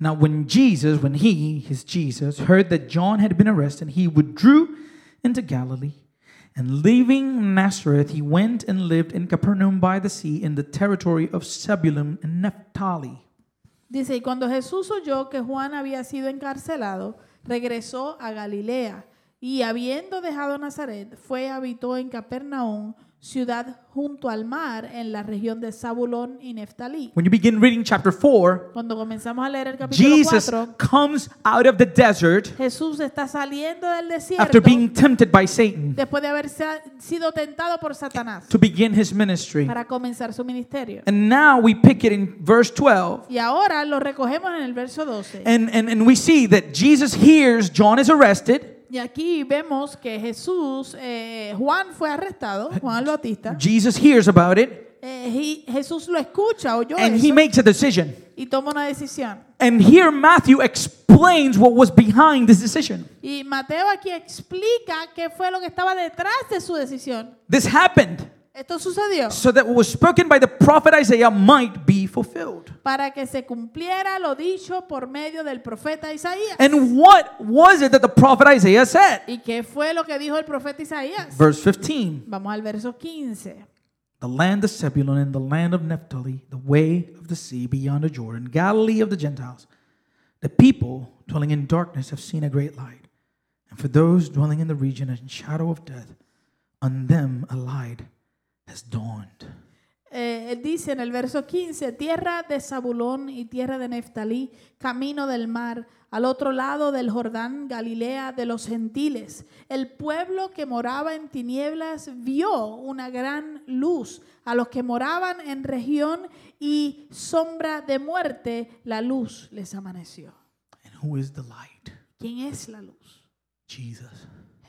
Speaker 2: Now, when Jesus, when he, his Jesus, heard that John had been arrested, he withdrew into Galilee. And leaving Nazareth, he went and lived in Capernaum by the sea in the territory of Zebulun and Naphtali.
Speaker 1: Dice, y cuando Jesús oyó que Juan había sido encarcelado, regresó a Galilea y habiendo dejado Nazaret, fue y habitó en Capernaum, ciudad junto al mar, en la región de Zabulón y Neftalí.
Speaker 2: When you begin reading chapter 4,
Speaker 1: Cuando comenzamos a leer el capítulo
Speaker 2: Jesus
Speaker 1: 4,
Speaker 2: comes out of the desert
Speaker 1: Jesús está saliendo del desierto
Speaker 2: after being tempted by Satan
Speaker 1: después de haber sa- sido tentado por Satanás
Speaker 2: to begin his ministry.
Speaker 1: para comenzar su ministerio.
Speaker 2: And now we pick it in verse 12.
Speaker 1: Y ahora lo recogemos en el verso 12.
Speaker 2: And, and, and we see that Jesus hears John is arrested.
Speaker 1: Y aquí vemos que Jesús, eh, Juan fue arrestado, Juan el Bautista.
Speaker 2: Jesus hears about it.
Speaker 1: Eh, y Jesús lo escucha, oyó
Speaker 2: and he
Speaker 1: eso
Speaker 2: makes a decision.
Speaker 1: y toma una decisión.
Speaker 2: And here Matthew explains what was behind this decision.
Speaker 1: Y Mateo aquí explica qué fue lo que estaba detrás de su decisión.
Speaker 2: This happened
Speaker 1: Esto sucedió
Speaker 2: so that what was spoken by the prophet Isaiah might be fulfilled.
Speaker 1: para que se cumpliera lo dicho por medio del profeta Isaías.
Speaker 2: And what was it that the prophet Isaiah said?
Speaker 1: ¿Y qué fue lo que dijo el profeta Isaías?
Speaker 2: Verse 15.
Speaker 1: Vamos al verso 15.
Speaker 2: the land of Zebulun and the land of Naphtali, the way of the sea beyond the Jordan, Galilee of the Gentiles. The people dwelling in darkness have seen a great light. And for those dwelling in the region and shadow of death, on them a light has dawned.
Speaker 1: Eh, él dice en el verso 15, tierra de Zabulón y tierra de Neftalí, camino del mar, al otro lado del Jordán, Galilea de los gentiles. El pueblo que moraba en tinieblas vio una gran luz. A los que moraban en región y sombra de muerte, la luz les amaneció.
Speaker 2: And who is the light?
Speaker 1: ¿Quién es la luz?
Speaker 2: Jesus.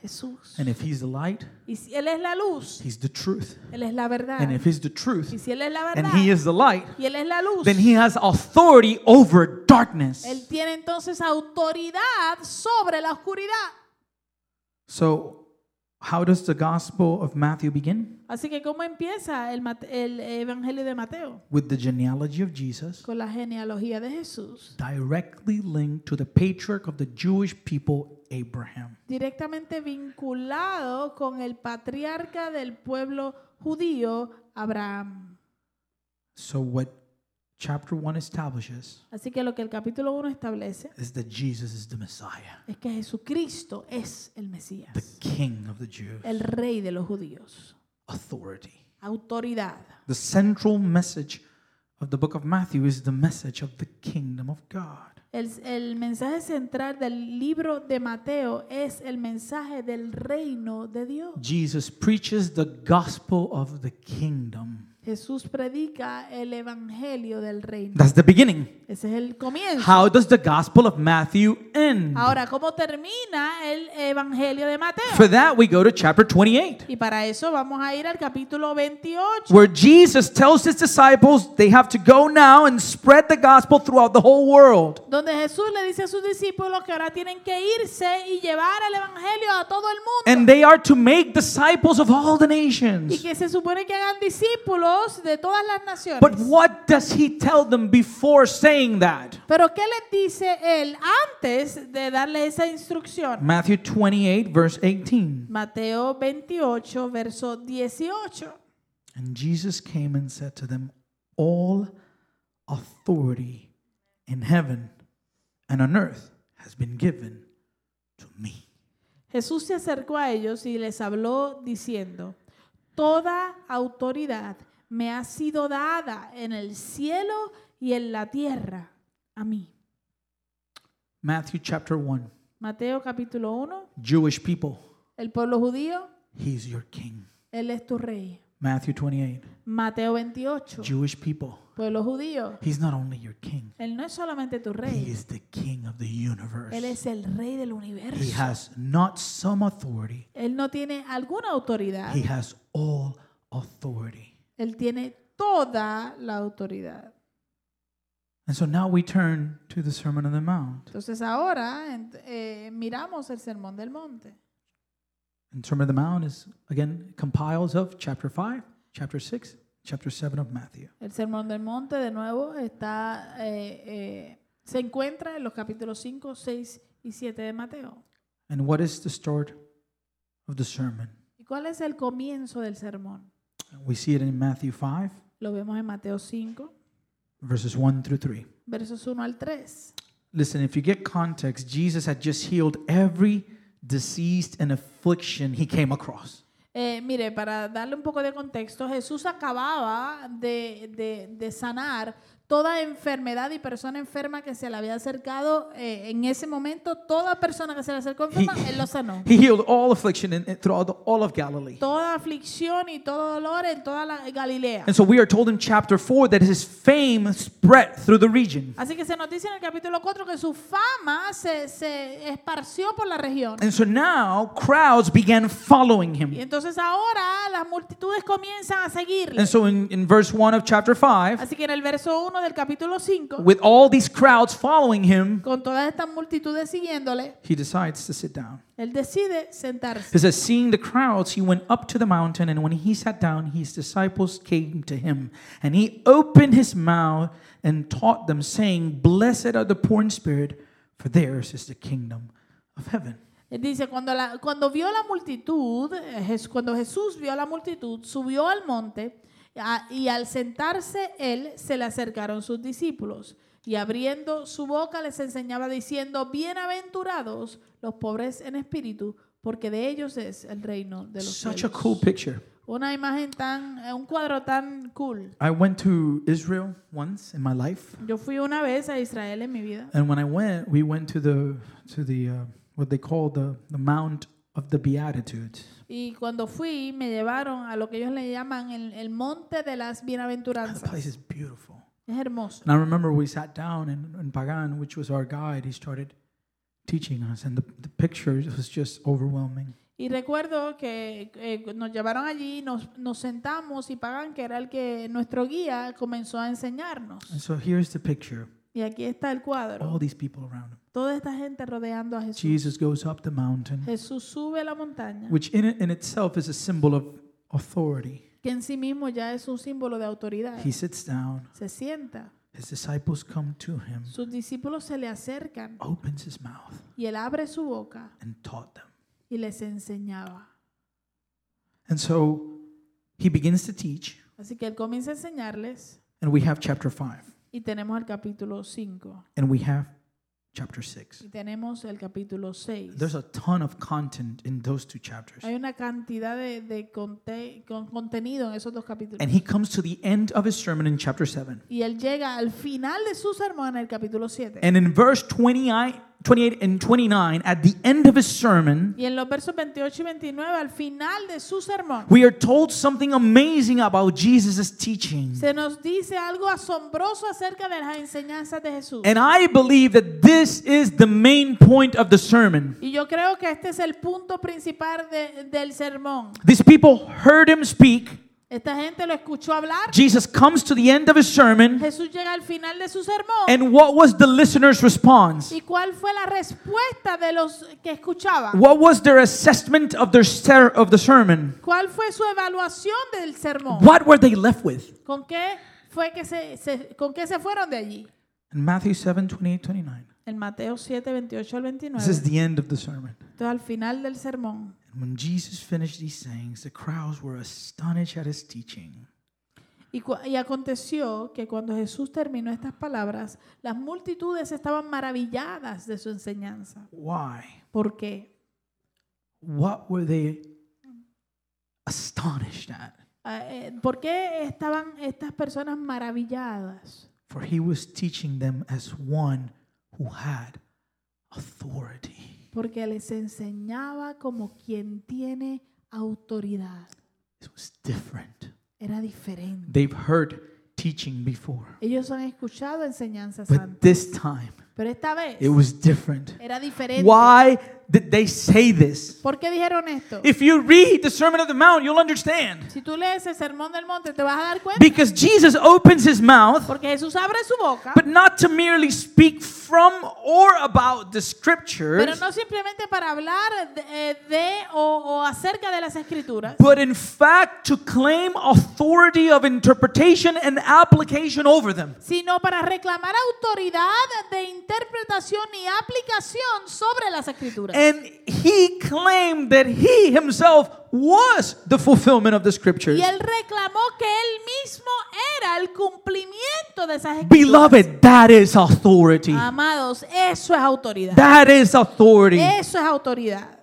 Speaker 1: Jesús.
Speaker 2: And if he's the light,
Speaker 1: Y si Él es la luz,
Speaker 2: he's the truth.
Speaker 1: Él es la verdad.
Speaker 2: And if he's the
Speaker 1: Y
Speaker 2: truth
Speaker 1: si Él es la
Speaker 2: and
Speaker 1: verdad,
Speaker 2: he is the light,
Speaker 1: y Él es la luz,
Speaker 2: then he has authority over darkness.
Speaker 1: Él tiene entonces autoridad sobre la oscuridad.
Speaker 2: So, how does the Gospel of Matthew begin?
Speaker 1: Así que ¿cómo empieza el, Mate- el Evangelio de Mateo?
Speaker 2: With the genealogy of Jesus,
Speaker 1: Con la genealogía de Jesús,
Speaker 2: directly linked to the patriarch of the Jewish people, Abraham.
Speaker 1: directamente vinculado con el patriarca del pueblo judío, Abraham.
Speaker 2: So, what chapter 1 establishes
Speaker 1: Así que lo que el capítulo 1 establece
Speaker 2: is that Jesus is the Messiah,
Speaker 1: es que Jesucristo es el
Speaker 2: the
Speaker 1: Mesías,
Speaker 2: King of the Jews,
Speaker 1: el rey de los judíos,
Speaker 2: authority.
Speaker 1: autoridad.
Speaker 2: The central message of the book of Matthew is the message of the kingdom of God.
Speaker 1: El, el mensaje central del libro de Mateo es el mensaje del reino de Dios.
Speaker 2: Jesus preaches the gospel of the kingdom.
Speaker 1: Jesús predica el evangelio del reino.
Speaker 2: That's the beginning.
Speaker 1: Ese es el comienzo.
Speaker 2: How does the Gospel of Matthew end?
Speaker 1: Ahora, ¿cómo termina el evangelio de Mateo?
Speaker 2: For that, we go to chapter 28,
Speaker 1: Y para eso vamos a ir al capítulo 28,
Speaker 2: where Jesus tells his disciples they have to go now and spread the gospel throughout the whole world.
Speaker 1: donde Jesús le dice a sus discípulos que ahora tienen que irse y llevar el evangelio a todo el mundo.
Speaker 2: And they are to make disciples of all the
Speaker 1: Y
Speaker 2: nations.
Speaker 1: que se supone que hagan discípulos de todas las
Speaker 2: But
Speaker 1: naciones.
Speaker 2: what does he tell them before saying that?
Speaker 1: Pero ¿qué les dice él antes de darle esa instrucción?
Speaker 2: Matthew 28, verse 18.
Speaker 1: Mateo 28, verso 18.
Speaker 2: And Jesus came and said to them, All authority in heaven and on earth has been given to me.
Speaker 1: Jesús se acercó a ellos y les habló diciendo, Toda autoridad me ha sido dada en el cielo y en la tierra a mí.
Speaker 2: Matthew chapter 1.
Speaker 1: Mateo capítulo 1,
Speaker 2: Jewish people,
Speaker 1: el pueblo judío,
Speaker 2: he's your king.
Speaker 1: Él es tu rey.
Speaker 2: Matthew 28.
Speaker 1: Mateo 28,
Speaker 2: Jewish people,
Speaker 1: pueblo judío,
Speaker 2: he's not only your king,
Speaker 1: Él no es solamente tu
Speaker 2: he
Speaker 1: rey,
Speaker 2: is the king of the universe.
Speaker 1: Él es el rey del
Speaker 2: He
Speaker 1: universo.
Speaker 2: has not some authority,
Speaker 1: Él no tiene alguna autoridad,
Speaker 2: he has all authority.
Speaker 1: Él tiene toda la autoridad.
Speaker 2: And so now we turn to the Sermon on the Mount.
Speaker 1: Entonces ahora ent- eh, miramos el Sermón del Monte.
Speaker 2: And Sermon on the Mount is, again, compiles of chapter 5, chapter 6, chapter 7 of Matthew.
Speaker 1: El Sermón del Monte, de nuevo, está, eh, eh, se encuentra en los capítulos 5, 6 y 7 de Mateo.
Speaker 2: And what is the start of the sermon?
Speaker 1: ¿Y cuál es el comienzo del sermón?
Speaker 2: We see it in Matthew 5,
Speaker 1: Lo vemos en Mateo 5,
Speaker 2: verses 1 through 3.
Speaker 1: versos 1 al 3.
Speaker 2: Listen, if you get context, Jesus had just healed every disease and affliction he came across.
Speaker 1: Eh, mire, para darle un poco de contexto, Jesús acababa de, de- de sanar toda enfermedad y persona enferma que se le había acercado eh, en ese momento. Toda persona que se le acercó enferma, él lo sanó.
Speaker 2: He healed all affliction in, throughout the, all of Galilee.
Speaker 1: Toda aflicción y todo dolor en toda la Galilea.
Speaker 2: And so we are told in chapter 4 that his fame spread through the region.
Speaker 1: Así que se nos dice en el capítulo 4 que su fama se, se esparció por la región.
Speaker 2: And so now crowds began following
Speaker 1: Y
Speaker 2: him.
Speaker 1: entonces ahora las multitudes comienzan a seguirle.
Speaker 2: And so in, in verse 1 of chapter 5,
Speaker 1: Así que en el verso 1 del capítulo 5,
Speaker 2: with all these crowds following him,
Speaker 1: con todas estas multitudes siguiéndole,
Speaker 2: he decides to sit down.
Speaker 1: él decide sentarse.
Speaker 2: It says, Seeing the crowds, he went up to the mountain, and when he sat down, his disciples came to him. And he opened his mouth and taught them, saying, Blessed are the poor in spirit, for theirs is the kingdom of heaven.
Speaker 1: Él dice, cuando, la- cuando vio la multitud, eh, Jes- cuando Jesús vio a la multitud, subió al monte A- Y al sentarse él, se le acercaron sus discípulos. Y abriendo su boca les enseñaba diciendo, bienaventurados los pobres en espíritu, porque de ellos es el reino de los
Speaker 2: Such a
Speaker 1: cielos.
Speaker 2: cool picture.
Speaker 1: Una imagen tan, eh, un cuadro tan cool.
Speaker 2: I went to Israel once in my life,
Speaker 1: Yo fui una vez a Israel en mi vida.
Speaker 2: and when I went, we went to the to the uh, what they call the the Mount of the Beatitudes.
Speaker 1: Y cuando fui, me llevaron a lo que ellos le llaman el, el monte de las
Speaker 2: God, the place
Speaker 1: bienaventuranzas.
Speaker 2: is beautiful.
Speaker 1: Es hermoso.
Speaker 2: And I remember we sat down, and, and Pagan, which was our guide, he started teaching us, and the, the pictures was just overwhelming.
Speaker 1: Y recuerdo que eh, nos llevaron allí, nos, nos sentamos y Pagan, que era el que nuestro guía, comenzó a
Speaker 2: And
Speaker 1: enseñarnos.
Speaker 2: so here's the picture:
Speaker 1: Y aquí está el cuadro.
Speaker 2: all these people around him.
Speaker 1: Toda esta gente rodeando a Jesús.
Speaker 2: Oh. Jesus goes up the mountain,
Speaker 1: Jesús sube la montaña,
Speaker 2: which in in itself is a symbol of authority.
Speaker 1: que en sí mismo ya es un símbolo de autoridad.
Speaker 2: He sits down.
Speaker 1: Se sienta.
Speaker 2: His disciples come to him,
Speaker 1: Sus discípulos se le acercan
Speaker 2: opens his mouth,
Speaker 1: y él abre su boca
Speaker 2: and taught them.
Speaker 1: y les enseñaba.
Speaker 2: And so he begins to teach,
Speaker 1: Así que él comienza a enseñarles
Speaker 2: and we have chapter 5,
Speaker 1: y tenemos el capítulo 5
Speaker 2: and we have chapter 6.
Speaker 1: y tenemos el capítulo 6.
Speaker 2: There's a ton of content in those two chapters.
Speaker 1: Hay una cantidad de, de conte- con contenido en esos dos capítulos.
Speaker 2: And he comes to the end of his sermon in chapter 7.
Speaker 1: Y él llega al final de su sermón en el capítulo 7.
Speaker 2: And in verse 28 28 and 29, at the end of his sermon,
Speaker 1: Y en los versos 28 y 29, al final de su sermón,
Speaker 2: we are told something amazing about Jesus' teaching.
Speaker 1: se nos dice algo asombroso acerca de las enseñanzas de Jesús.
Speaker 2: And I believe that this is the main point of the sermon.
Speaker 1: Y yo creo que este es el punto principal de- del sermón.
Speaker 2: These people heard him speak.
Speaker 1: Esta gente lo escuchó hablar.
Speaker 2: Jesus comes to the end of his sermon.
Speaker 1: Jesús llega al final de su sermón.
Speaker 2: And what was the listener's response?
Speaker 1: ¿Y cuál fue la respuesta de los que escuchaban?
Speaker 2: What was their assessment of their ser- of the sermon?
Speaker 1: ¿Cuál fue su evaluación del sermón?
Speaker 2: What were they left with?
Speaker 1: ¿Con qué fue que se, se- con qué se fueron de allí?
Speaker 2: In Matthew 7, 28, 29.
Speaker 1: En Mateo 7, 28 al 29.
Speaker 2: This is the end of the sermon.
Speaker 1: Esto es al final del sermón.
Speaker 2: And when Jesus finished these sayings, the crowds were astonished at his teaching.
Speaker 1: Y, cu- y aconteció que cuando Jesús terminó estas palabras, las multitudes estaban maravilladas de su enseñanza.
Speaker 2: Why?
Speaker 1: ¿Por qué?
Speaker 2: What were they astonished at?
Speaker 1: Ah, eh, ¿Por qué estaban estas personas maravilladas?
Speaker 2: For he was teaching them as one who had authority.
Speaker 1: Porque les enseñaba como quien tiene autoridad.
Speaker 2: It was different.
Speaker 1: Era diferente.
Speaker 2: They've heard teaching before,
Speaker 1: Ellos han escuchado enseñanzas
Speaker 2: but
Speaker 1: antes,
Speaker 2: this time
Speaker 1: pero esta vez
Speaker 2: it was different.
Speaker 1: era diferente.
Speaker 2: Why did they say this?
Speaker 1: ¿Por qué dijeron esto?
Speaker 2: If you read the Sermon of the Mount, you'll understand.
Speaker 1: Si tú lees el Sermón del Monte, te vas a dar cuenta.
Speaker 2: Because Jesus opens his mouth,
Speaker 1: Porque Jesús abre su boca,
Speaker 2: but not to merely speak from or about the
Speaker 1: pero
Speaker 2: scriptures,
Speaker 1: no simplemente para hablar de, eh, de o, o acerca de las Escrituras,
Speaker 2: but in fact to claim authority of interpretation and application over them.
Speaker 1: sino para reclamar autoridad de interpretación y aplicación sobre las Escrituras.
Speaker 2: And he claimed that he himself was the fulfillment of the scriptures.
Speaker 1: Y él reclamó que él mismo era el cumplimiento de esas Escrituras.
Speaker 2: Beloved, that is authority.
Speaker 1: Ah. Amados, eso es autoridad.
Speaker 2: That is authority.
Speaker 1: Eso es autoridad.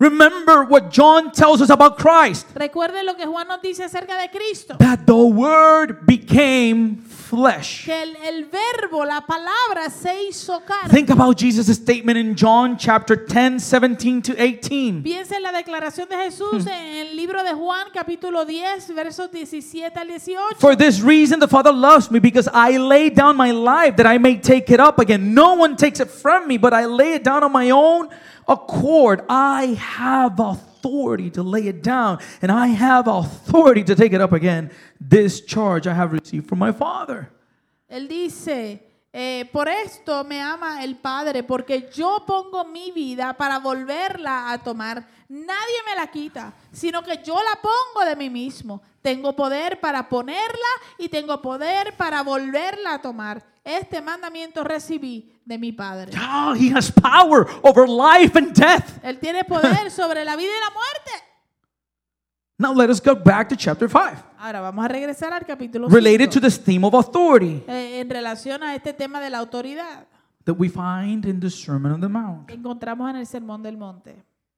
Speaker 2: Remember what John tells us about Christ
Speaker 1: Recuerden lo que Juan nos dice acerca de Cristo.
Speaker 2: that the Word became flesh.
Speaker 1: Que el, el verbo, la palabra se hizo carne.
Speaker 2: Think about Jesus' statement in John chapter 10, 17 to 18.
Speaker 1: Piensa en la declaración de Jesús en el libro de Juan, capítulo 10, versos 17 al 18.
Speaker 2: For this reason, the Father loves me because I lay down my life that I may take it up again. No one takes it from me, but I lay it down on my own accord. I have authority to lay it down, and I have authority to take it up again. This charge I have received from my Father.
Speaker 1: Él dice, eh, por esto me ama el Padre, porque yo pongo mi vida para volverla a tomar. Nadie me la quita, sino que yo la pongo de mí mismo. Tengo poder para ponerla y tengo poder para volverla a tomar. Este mandamiento recibí de mi Padre.
Speaker 2: Oh, he has power over life and death. <laughs>
Speaker 1: Él tiene poder sobre la vida y la muerte.
Speaker 2: Now let us go back to chapter 5,
Speaker 1: Ahora vamos a regresar al capítulo
Speaker 2: related to
Speaker 1: 5,
Speaker 2: this theme of authority
Speaker 1: eh, en relación a este tema de la autoridad
Speaker 2: that we find in the Sermon on the Mount.
Speaker 1: que encontramos en el Sermón del Monte.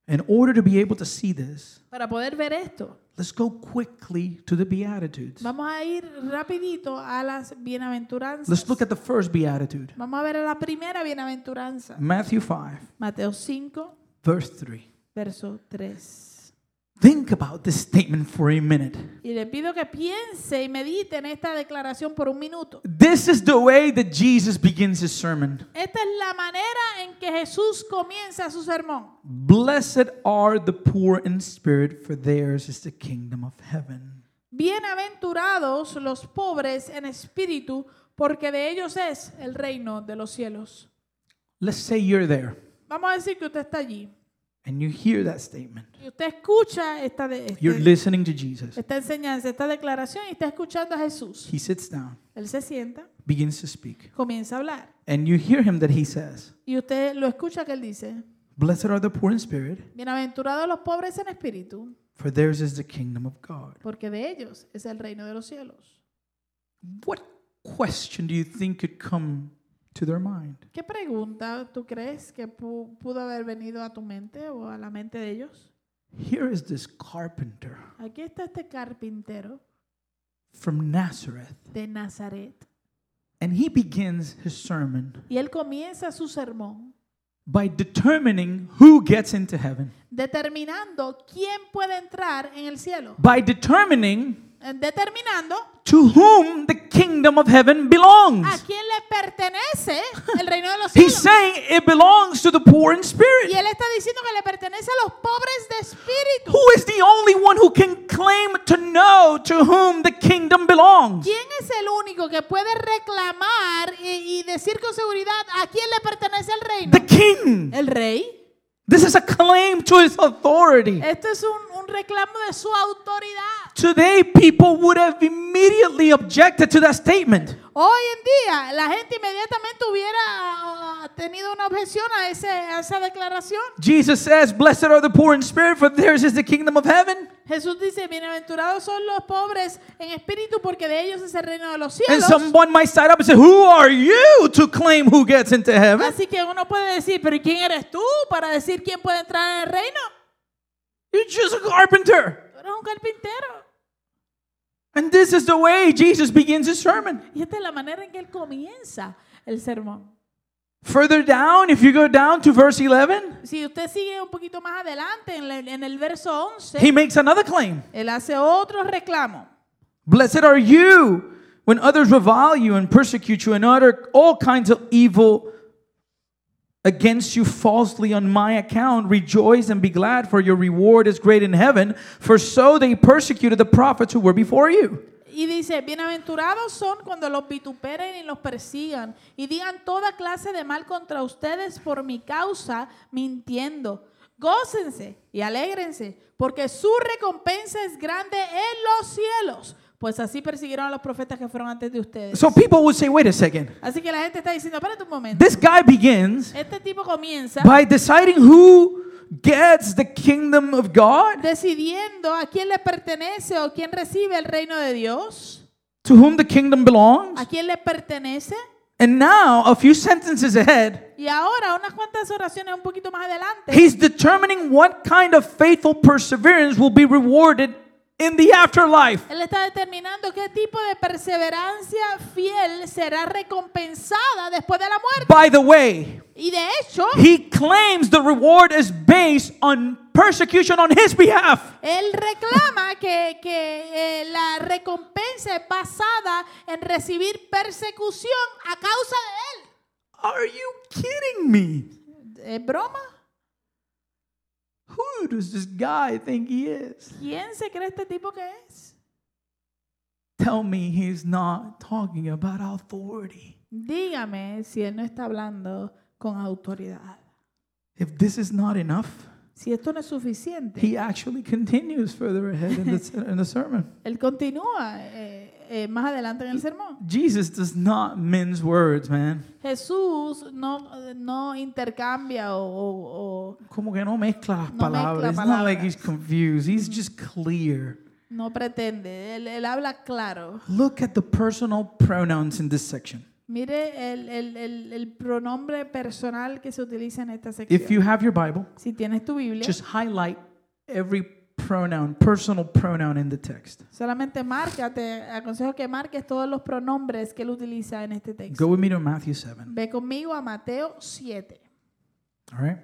Speaker 2: In order to be able to see this,
Speaker 1: Para poder ver esto,
Speaker 2: let's go quickly to the Beatitudes.
Speaker 1: vamos a ir rapidito a las bienaventuranzas.
Speaker 2: Let's look at the first Beatitude,
Speaker 1: Vamos a ver a la primera bienaventuranza.
Speaker 2: Matthew 5,
Speaker 1: Mateo 5,
Speaker 2: verse 3.
Speaker 1: verso 3.
Speaker 2: Think about this statement for a minute.
Speaker 1: Y le pido que piense y medite en esta declaración por un minuto.
Speaker 2: This is the way that Jesus begins his sermon.
Speaker 1: Esta es la manera en que Jesús comienza su sermón.
Speaker 2: Blessed are the poor in spirit, for theirs is the kingdom of heaven.
Speaker 1: Bienaventurados los pobres en espíritu, porque de ellos es el reino de los cielos.
Speaker 2: Let's say you're there
Speaker 1: Vamos a decir que usted está allí
Speaker 2: and you hear that statement.
Speaker 1: y usted escucha esta, de- este-
Speaker 2: You're listening to Jesus.
Speaker 1: esta enseñanza, esta declaración y está escuchando a Jesús.
Speaker 2: He sits down,
Speaker 1: Él se sienta,
Speaker 2: begins to speak,
Speaker 1: comienza a hablar
Speaker 2: and you hear him that he says,
Speaker 1: y usted lo escucha que él dice,
Speaker 2: Blessed are the poor in spirit,
Speaker 1: bienaventurados los pobres en espíritu,
Speaker 2: for theirs is the kingdom of God.
Speaker 1: porque de ellos es el reino de los cielos.
Speaker 2: What question do you think could come to their mind?
Speaker 1: ¿Qué pregunta tú crees que pu- pudo haber venido a tu mente o a la mente de ellos?
Speaker 2: Here is this carpenter
Speaker 1: Aquí está este carpintero
Speaker 2: from Nazareth,
Speaker 1: de Nazaret.
Speaker 2: and he begins his sermon
Speaker 1: Y él comienza su sermón
Speaker 2: by determining who gets into heaven,
Speaker 1: determinando quién puede entrar en el cielo,
Speaker 2: by determining
Speaker 1: Eh, determinando
Speaker 2: to whom the kingdom of heaven
Speaker 1: a
Speaker 2: belongs.
Speaker 1: quién le pertenece el reino de los
Speaker 2: He's
Speaker 1: cielos.
Speaker 2: saying it belongs to the poor in
Speaker 1: Y
Speaker 2: spirit.
Speaker 1: él está diciendo que le pertenece a los pobres de espíritu.
Speaker 2: Who is the only one who can claim to know to whom the kingdom belongs?
Speaker 1: ¿Quién es el único que puede reclamar y, y decir con seguridad a quién le pertenece el reino?
Speaker 2: The king.
Speaker 1: El rey.
Speaker 2: This is a claim to his authority.
Speaker 1: Esto es un, un reclamo de su autoridad.
Speaker 2: Today, people would have immediately objected to that statement.
Speaker 1: Hoy en día la gente inmediatamente hubiera ah, ah, tenido una objeción a, ese- a esa declaración.
Speaker 2: Jesus says, Blessed are the poor in spirit, for theirs is the kingdom of heaven.
Speaker 1: Jesús dice, bienaventurados son los pobres en espíritu porque de ellos es el reino de los
Speaker 2: And
Speaker 1: cielos.
Speaker 2: someone might side up and say, Who are you to claim who gets into heaven?
Speaker 1: Así que uno puede decir, pero ¿y quién eres tú para decir quién puede entrar en el reino?
Speaker 2: You're just a carpenter.
Speaker 1: Tú eres un carpintero.
Speaker 2: And this is the way Jesus begins his sermon.
Speaker 1: Y esta es la manera en que él comienza el sermón.
Speaker 2: Further down, if you go down to verse 11,
Speaker 1: Si usted sigue un poquito más adelante en, la- en el verso 11,
Speaker 2: he makes another claim
Speaker 1: él hace otro reclamo.
Speaker 2: Blessed are you when others revile you and persecute you and utter all kinds of evil against you falsely on my account. Rejoice and be glad, for your reward is great in heaven, for so they persecuted the prophets who were before you.
Speaker 1: Y dice, bienaventurados son cuando los vituperen y los persigan y digan toda clase de mal contra ustedes por mi causa, mintiendo. Gócense y alégrense, porque su recompensa es grande en los cielos, pues así persiguieron a los profetas que fueron antes de ustedes.
Speaker 2: So people would say, wait a second.
Speaker 1: Así que la gente está diciendo, espérate un momento.
Speaker 2: This guy begins
Speaker 1: Este tipo comienza
Speaker 2: by deciding who gets the kingdom of God,
Speaker 1: decidiendo a quién le pertenece o quién recibe el reino de Dios,
Speaker 2: to whom the kingdom belongs.
Speaker 1: a quién le pertenece.
Speaker 2: And now, a few sentences ahead,
Speaker 1: Y ahora, unas cuantas oraciones un poquito más adelante.
Speaker 2: He's determining what kind of faithful perseverance will be rewarded in the afterlife.
Speaker 1: Él está determinando qué tipo de perseverancia fiel será recompensada después de la muerte.
Speaker 2: By the way,
Speaker 1: Y de hecho,
Speaker 2: he claims the reward is based on persecution on his behalf.
Speaker 1: él reclama que, que, eh, la recompensa es basada en recibir persecución a causa de
Speaker 2: Are you kidding me?
Speaker 1: él. ¿Es broma?
Speaker 2: Who does this guy think he is?
Speaker 1: ¿Quién se cree este tipo que es?
Speaker 2: Tell me he's not talking about authority.
Speaker 1: Dígame si él no está hablando con autoridad.
Speaker 2: If this is not enough,
Speaker 1: Si esto no es suficiente,
Speaker 2: He actually continues further ahead in <laughs> the, in the sermon.
Speaker 1: él continúa eh, eh, más adelante en el sermón.
Speaker 2: Jesus does not mince words, man.
Speaker 1: Jesús no, no intercambia o- o- o
Speaker 2: Como que no mezcla las
Speaker 1: No mezcla
Speaker 2: palabras. It's not like
Speaker 1: palabras.
Speaker 2: he's confused. He's just clear.
Speaker 1: No pretende, él, él habla claro.
Speaker 2: Look at the personal pronouns in this section.
Speaker 1: Mire el, el- el- el pronombre personal que se utiliza en esta sección.
Speaker 2: If you have your Bible,
Speaker 1: si tienes tu Biblia,
Speaker 2: just highlight every pronoun, personal pronoun in the text.
Speaker 1: solamente marca, te aconsejo que marques todos los pronombres que él utiliza en este texto.
Speaker 2: Go with me to Matthew 7.
Speaker 1: Ve conmigo a Mateo 7.
Speaker 2: All right?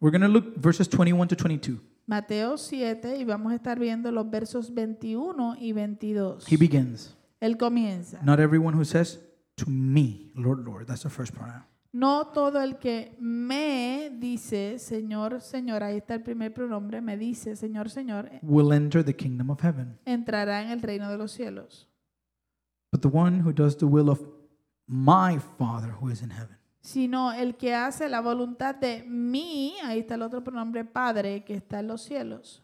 Speaker 2: We're going to look verses 21 to 22.
Speaker 1: Mateo 7 y vamos a estar viendo los versos 21 y 22.
Speaker 2: He begins.
Speaker 1: Él comienza.
Speaker 2: Not everyone who says to me, Lord, Lord, that's the first pronoun,
Speaker 1: No todo el que me dice, Señor, Señor, ahí está el primer pronombre, me dice, Señor, Señor,
Speaker 2: will enter the kingdom of heaven.
Speaker 1: entrará en el reino de los cielos,
Speaker 2: But the one who does the will of my Father who is in heaven.
Speaker 1: sino el que hace la voluntad de mí, ahí está el otro pronombre, Padre, que está en los cielos.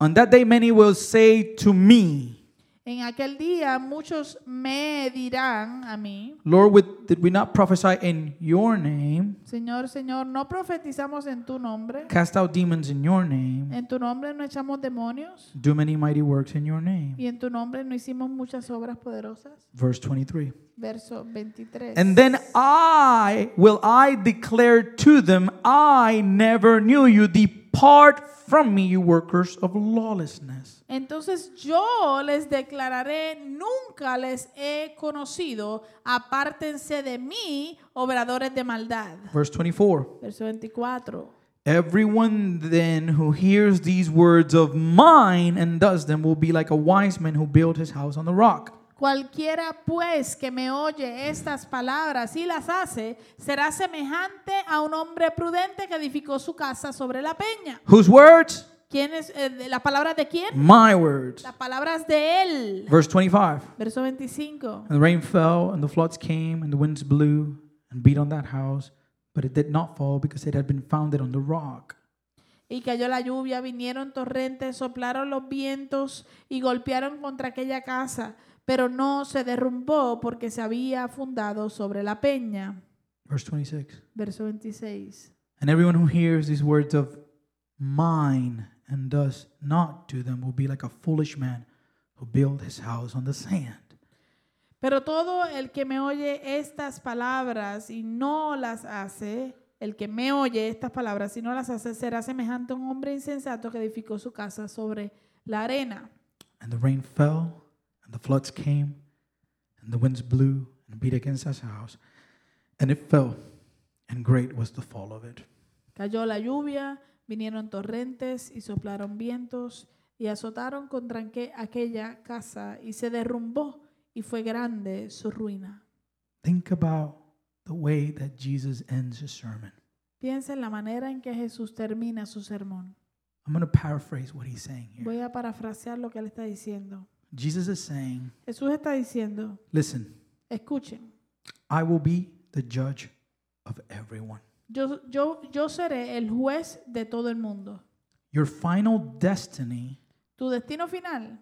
Speaker 2: On that day, many will say to me,
Speaker 1: En aquel día muchos me dirán a mí,
Speaker 2: Lord, with, did we not prophesy in your name,
Speaker 1: Señor, Señor, no profetizamos en tu nombre,
Speaker 2: cast out demons in your name,
Speaker 1: en tu nombre no echamos demonios
Speaker 2: do many mighty works in your name?
Speaker 1: y en tu nombre no hicimos muchas obras poderosas.
Speaker 2: Verse 23.
Speaker 1: Verso 23.
Speaker 2: And then I will I declare to them, I never knew you. Depart from me, you workers of lawlessness.
Speaker 1: Entonces yo les declararé, nunca les he conocido, apártense de mí, obradores de maldad.
Speaker 2: Verse 24.
Speaker 1: Verso 24.
Speaker 2: Everyone then who hears these words of mine and does them will be like a wise man who built his house on the rock.
Speaker 1: Cualquiera pues que me oye estas palabras y las hace, será semejante a un hombre prudente que edificó su casa sobre la peña.
Speaker 2: Whose words?
Speaker 1: ¿Quién es, eh, de- ¿Las palabras de quién?
Speaker 2: My words.
Speaker 1: Las palabras de él.
Speaker 2: Verse 25.
Speaker 1: Verso 25.
Speaker 2: And the rain fell, and the floods came, and the winds blew and beat on that house, but it did not fall because it had been founded on the rock.
Speaker 1: Y cayó la lluvia, vinieron torrentes, soplaron los vientos y golpearon contra aquella casa, pero no se derrumbó porque se había fundado sobre la peña.
Speaker 2: Verse 26.
Speaker 1: Verso 26.
Speaker 2: And everyone who hears these words of mine and does not do them will be like a foolish man who built his house on the sand.
Speaker 1: Pero todo el que me oye estas palabras y no las hace, el que me oye estas palabras y no las hace, será semejante a un hombre insensato que edificó su casa sobre la arena.
Speaker 2: And the rain fell, and the floods came, and the winds blew and beat against that house, and it fell, and great was the fall of it.
Speaker 1: Cayó la lluvia, vinieron torrentes y soplaron vientos y azotaron contra aque- aquella casa y se derrumbó y fue grande su ruina.
Speaker 2: Think about the way that Jesus ends his sermon.
Speaker 1: Piensa en la manera en que Jesús termina su sermón.
Speaker 2: I'm going to paraphrase what he's saying here.
Speaker 1: Voy a parafrasear lo que él está diciendo.
Speaker 2: Jesus is saying,
Speaker 1: Jesús está diciendo,
Speaker 2: Listen,
Speaker 1: escuchen,
Speaker 2: I will be the judge of everyone.
Speaker 1: yo, yo, yo seré el juez de todo el mundo.
Speaker 2: Your final destiny
Speaker 1: Tu destino final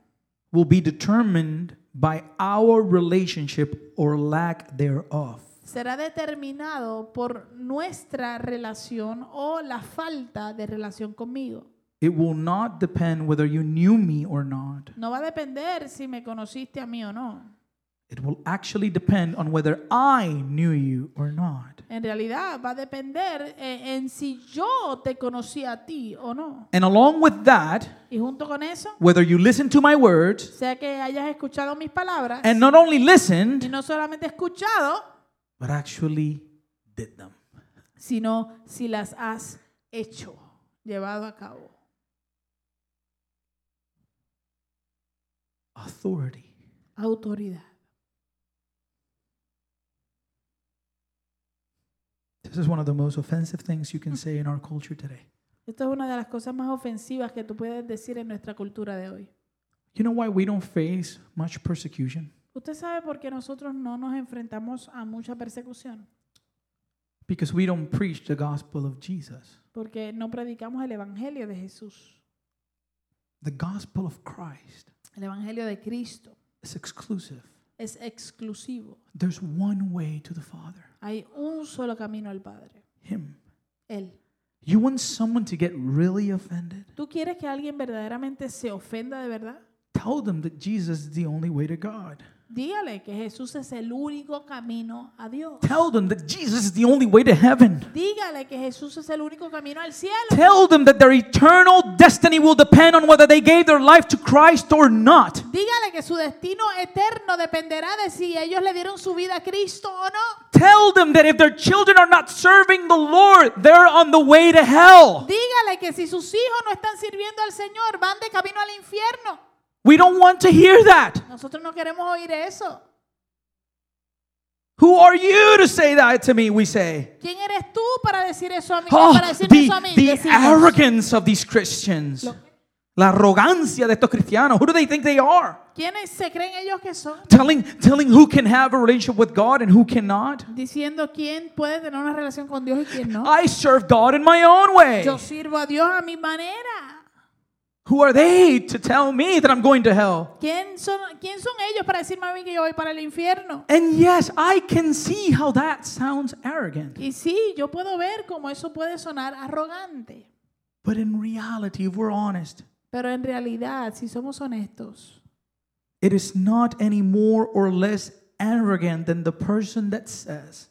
Speaker 2: will be determined by our relationship or lack thereof.
Speaker 1: será determinado por nuestra relación o la falta de relación conmigo.
Speaker 2: It will not depend whether you knew me or not.
Speaker 1: No va a depender si me conociste a mí o no.
Speaker 2: It will actually depend on whether I knew you or not.
Speaker 1: En realidad va a depender eh, en si yo te conocí a ti o no.
Speaker 2: And along with that,
Speaker 1: Y junto con eso,
Speaker 2: whether you listen to my words
Speaker 1: sea que hayas escuchado mis palabras
Speaker 2: and not only
Speaker 1: y
Speaker 2: listened,
Speaker 1: no solamente escuchado,
Speaker 2: but actually did them.
Speaker 1: sino si las has hecho, llevado a cabo.
Speaker 2: Authority.
Speaker 1: Autoridad.
Speaker 2: This is one of the most offensive things you can say in our culture today.
Speaker 1: Esto es una de las cosas más ofensivas que tú puedes decir en nuestra cultura de hoy.
Speaker 2: You know why we don't face much persecution?
Speaker 1: Usted sabe por qué nosotros no nos enfrentamos a mucha persecución.
Speaker 2: because we don't preach the gospel of Jesus,
Speaker 1: porque no predicamos el Evangelio de Jesús.
Speaker 2: the gospel of Christ.
Speaker 1: El Evangelio de Cristo
Speaker 2: is exclusive.
Speaker 1: es exclusivo.
Speaker 2: There's one way to the Father,
Speaker 1: Hay un solo camino al Padre,
Speaker 2: Him.
Speaker 1: Él.
Speaker 2: You want someone to get really offended?
Speaker 1: ¿Tú quieres que alguien verdaderamente se ofenda de verdad?
Speaker 2: Tell them that Jesus is the only way to God.
Speaker 1: Dígale que Jesús es el único camino a Dios.
Speaker 2: Tell them that Jesus is the only way to heaven.
Speaker 1: Dígale que Jesús es el único camino al cielo.
Speaker 2: Tell them that their eternal destiny will depend on whether they gave their life to Christ or not.
Speaker 1: Dígale que su destino eterno dependerá de si ellos le dieron su vida a Cristo o no.
Speaker 2: Tell them that if their children are not serving the Lord, they're on the way to hell.
Speaker 1: Dígale que si sus hijos no están sirviendo al Señor, van de camino al infierno.
Speaker 2: We don't want to hear that.
Speaker 1: Nosotros no queremos oír eso.
Speaker 2: Who are you to say that to me? We say.
Speaker 1: ¿Quién eres tú para decir eso a mí?
Speaker 2: Oh,
Speaker 1: para decirme
Speaker 2: the,
Speaker 1: eso a mí.
Speaker 2: the
Speaker 1: Decimos.
Speaker 2: arrogance of these Christians.
Speaker 1: Lo-
Speaker 2: La arrogancia de estos cristianos. Who do they think they are?
Speaker 1: ¿Quiénes se creen ellos que son?
Speaker 2: Telling, telling who can have a relationship with God and who cannot.
Speaker 1: Diciendo quién puede tener una relación con Dios y quién no.
Speaker 2: I serve God in my own way.
Speaker 1: Yo sirvo a Dios a mi manera.
Speaker 2: Who are they to tell me that I'm going to hell?
Speaker 1: ¿Quién son, ¿Quién son ellos para decirme a mí que yo voy para el infierno?
Speaker 2: And yes, I can see how that sounds arrogant.
Speaker 1: Y sí, yo puedo ver cómo eso puede sonar arrogante.
Speaker 2: But in reality, if we're honest,
Speaker 1: Pero en realidad, si somos honestos,
Speaker 2: it is not any more or less arrogant than the person that says,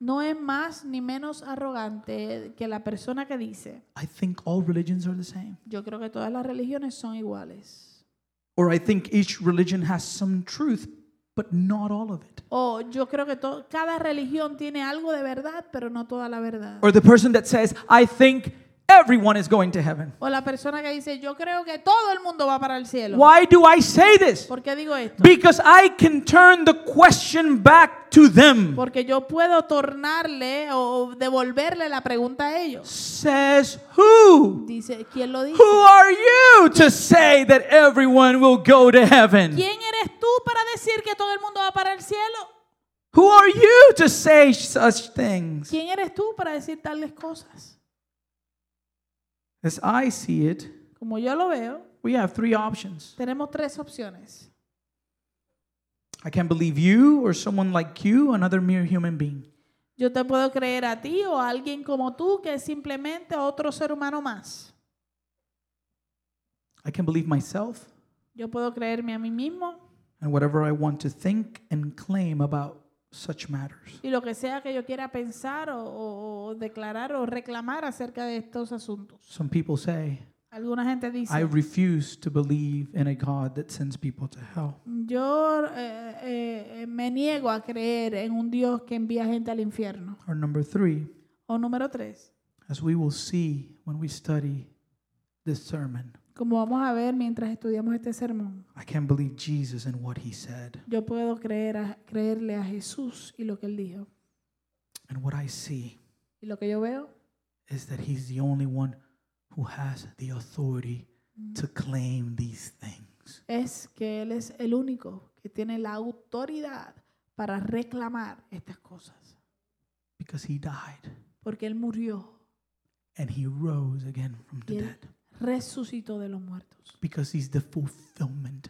Speaker 1: no es más ni menos arrogante que la persona que dice,
Speaker 2: I think all religions are the same.
Speaker 1: yo creo que todas las religiones son iguales.
Speaker 2: Or I think each religion has some truth, but not all of it.
Speaker 1: O yo creo que to- cada religión tiene algo de verdad, pero no toda la verdad.
Speaker 2: Or the person that says, I think everyone is going to heaven.
Speaker 1: O la persona que dice, yo creo que todo el mundo va para el cielo.
Speaker 2: Why do I say this?
Speaker 1: ¿Por qué digo esto?
Speaker 2: Because I can turn the question back to them.
Speaker 1: Porque yo puedo tornarle o o devolverle la pregunta a ellos.
Speaker 2: Says who?
Speaker 1: Dice, ¿quién lo dice?
Speaker 2: Who are you to say that everyone will go to heaven?
Speaker 1: ¿Quién eres tú para decir que todo el mundo va para el cielo?
Speaker 2: Who are you to say such things?
Speaker 1: ¿Quién eres tú para decir tales cosas?
Speaker 2: As I see it,
Speaker 1: Como yo lo veo,
Speaker 2: we have three options.
Speaker 1: tenemos tres opciones.
Speaker 2: I can believe you or someone like you, another mere human being.
Speaker 1: Yo te puedo creer a ti o a alguien como tú que es simplemente otro ser humano más.
Speaker 2: I can believe myself
Speaker 1: Yo puedo creerme a mí mismo
Speaker 2: and whatever I want to think and claim about such matters.
Speaker 1: y lo que sea que yo quiera pensar o, o- o declarar o reclamar acerca de estos asuntos.
Speaker 2: Some people say,
Speaker 1: Alguna gente
Speaker 2: I
Speaker 1: dice,
Speaker 2: refuse to believe in a God that sends people to hell.
Speaker 1: yo eh, eh, me niego a creer en un Dios que envía gente al infierno.
Speaker 2: Or number three,
Speaker 1: O número tres,
Speaker 2: as we will see when we study this sermon,
Speaker 1: como vamos a ver mientras estudiamos este sermón,
Speaker 2: I can believe Jesus and what he said.
Speaker 1: yo puedo creer a- creerle a Jesús y lo que él dijo.
Speaker 2: And what I see
Speaker 1: Y lo que yo veo
Speaker 2: is that he's the only one who has the authority to claim these things.
Speaker 1: es que él es el único que tiene la autoridad para reclamar estas cosas.
Speaker 2: Because he died
Speaker 1: Porque él murió
Speaker 2: and he rose again from the
Speaker 1: y
Speaker 2: dead.
Speaker 1: él resucitó de los muertos.
Speaker 2: because he's the fulfillment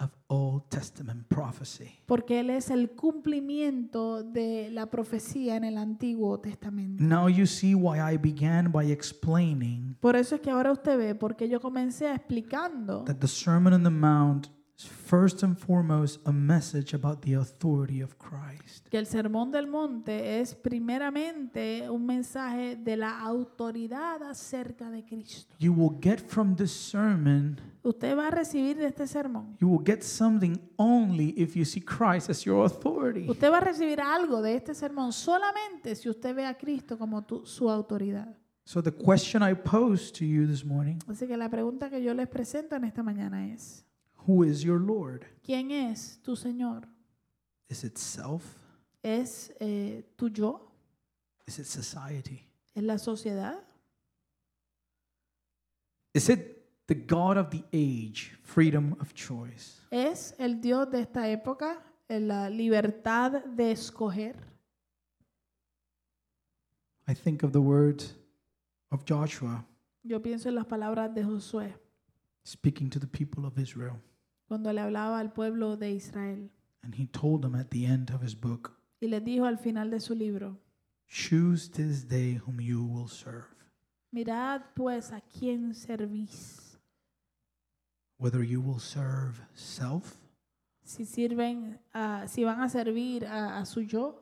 Speaker 2: of Old Testament prophecy.
Speaker 1: Porque él es el cumplimiento de la profecía en el Antiguo Testamento.
Speaker 2: Now you see why I began by explaining
Speaker 1: Por eso es que ahora usted ve, porque yo comencé explicando
Speaker 2: that the Sermon on the Mount is first and foremost a message about the authority of Christ.
Speaker 1: que el Sermón del Monte es primeramente un mensaje de la autoridad acerca de Cristo.
Speaker 2: You will get from this sermon,
Speaker 1: Usted va a recibir de este sermón.
Speaker 2: you will get something only if you see Christ as your authority.
Speaker 1: Usted va a recibir algo de este sermón solamente si usted ve a Cristo como tu- su autoridad.
Speaker 2: So the question I pose to you this morning,
Speaker 1: Así que la pregunta que yo les presento en esta mañana es,
Speaker 2: who is your Lord?
Speaker 1: ¿quién es tu Señor?
Speaker 2: Is it self?
Speaker 1: ¿Es eh, tu yo?
Speaker 2: Is it society?
Speaker 1: ¿Es la sociedad?
Speaker 2: Is it the God of the age, freedom of choice?
Speaker 1: ¿Es el Dios de esta época? eh, ¿La libertad de escoger?
Speaker 2: I think of the words of Joshua
Speaker 1: Yo pienso en las palabras de Josué
Speaker 2: speaking to the people of Israel.
Speaker 1: cuando le hablaba al pueblo de Israel
Speaker 2: And he told them at the end of his book,
Speaker 1: y les dijo al final de su libro,
Speaker 2: Choose this day whom you will serve,
Speaker 1: mirad pues a quién servís,
Speaker 2: whether you will serve self,
Speaker 1: si sirven, a- si van a servir a, a su yo,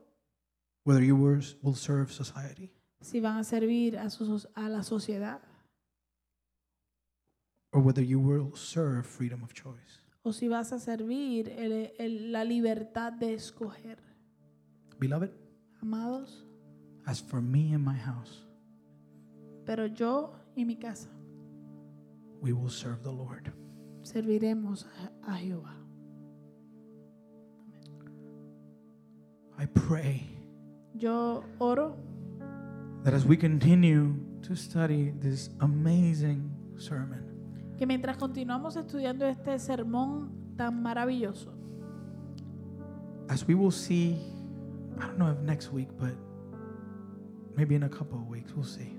Speaker 2: whether you were- will serve society,
Speaker 1: si van a servir a, su, so- a la sociedad
Speaker 2: or whether you will serve freedom of choice.
Speaker 1: o si vas a servir el- el- la libertad de escoger.
Speaker 2: Beloved,
Speaker 1: Amados,
Speaker 2: as for me and my house,
Speaker 1: pero yo y mi casa
Speaker 2: we will serve the Lord.
Speaker 1: serviremos a, a Jehová.
Speaker 2: I pray
Speaker 1: Yo oro
Speaker 2: that as we continue to study this amazing sermon,
Speaker 1: que mientras continuamos estudiando este sermón tan maravilloso,
Speaker 2: as we will see, I don't know if next week, but maybe in a couple of weeks, we'll see.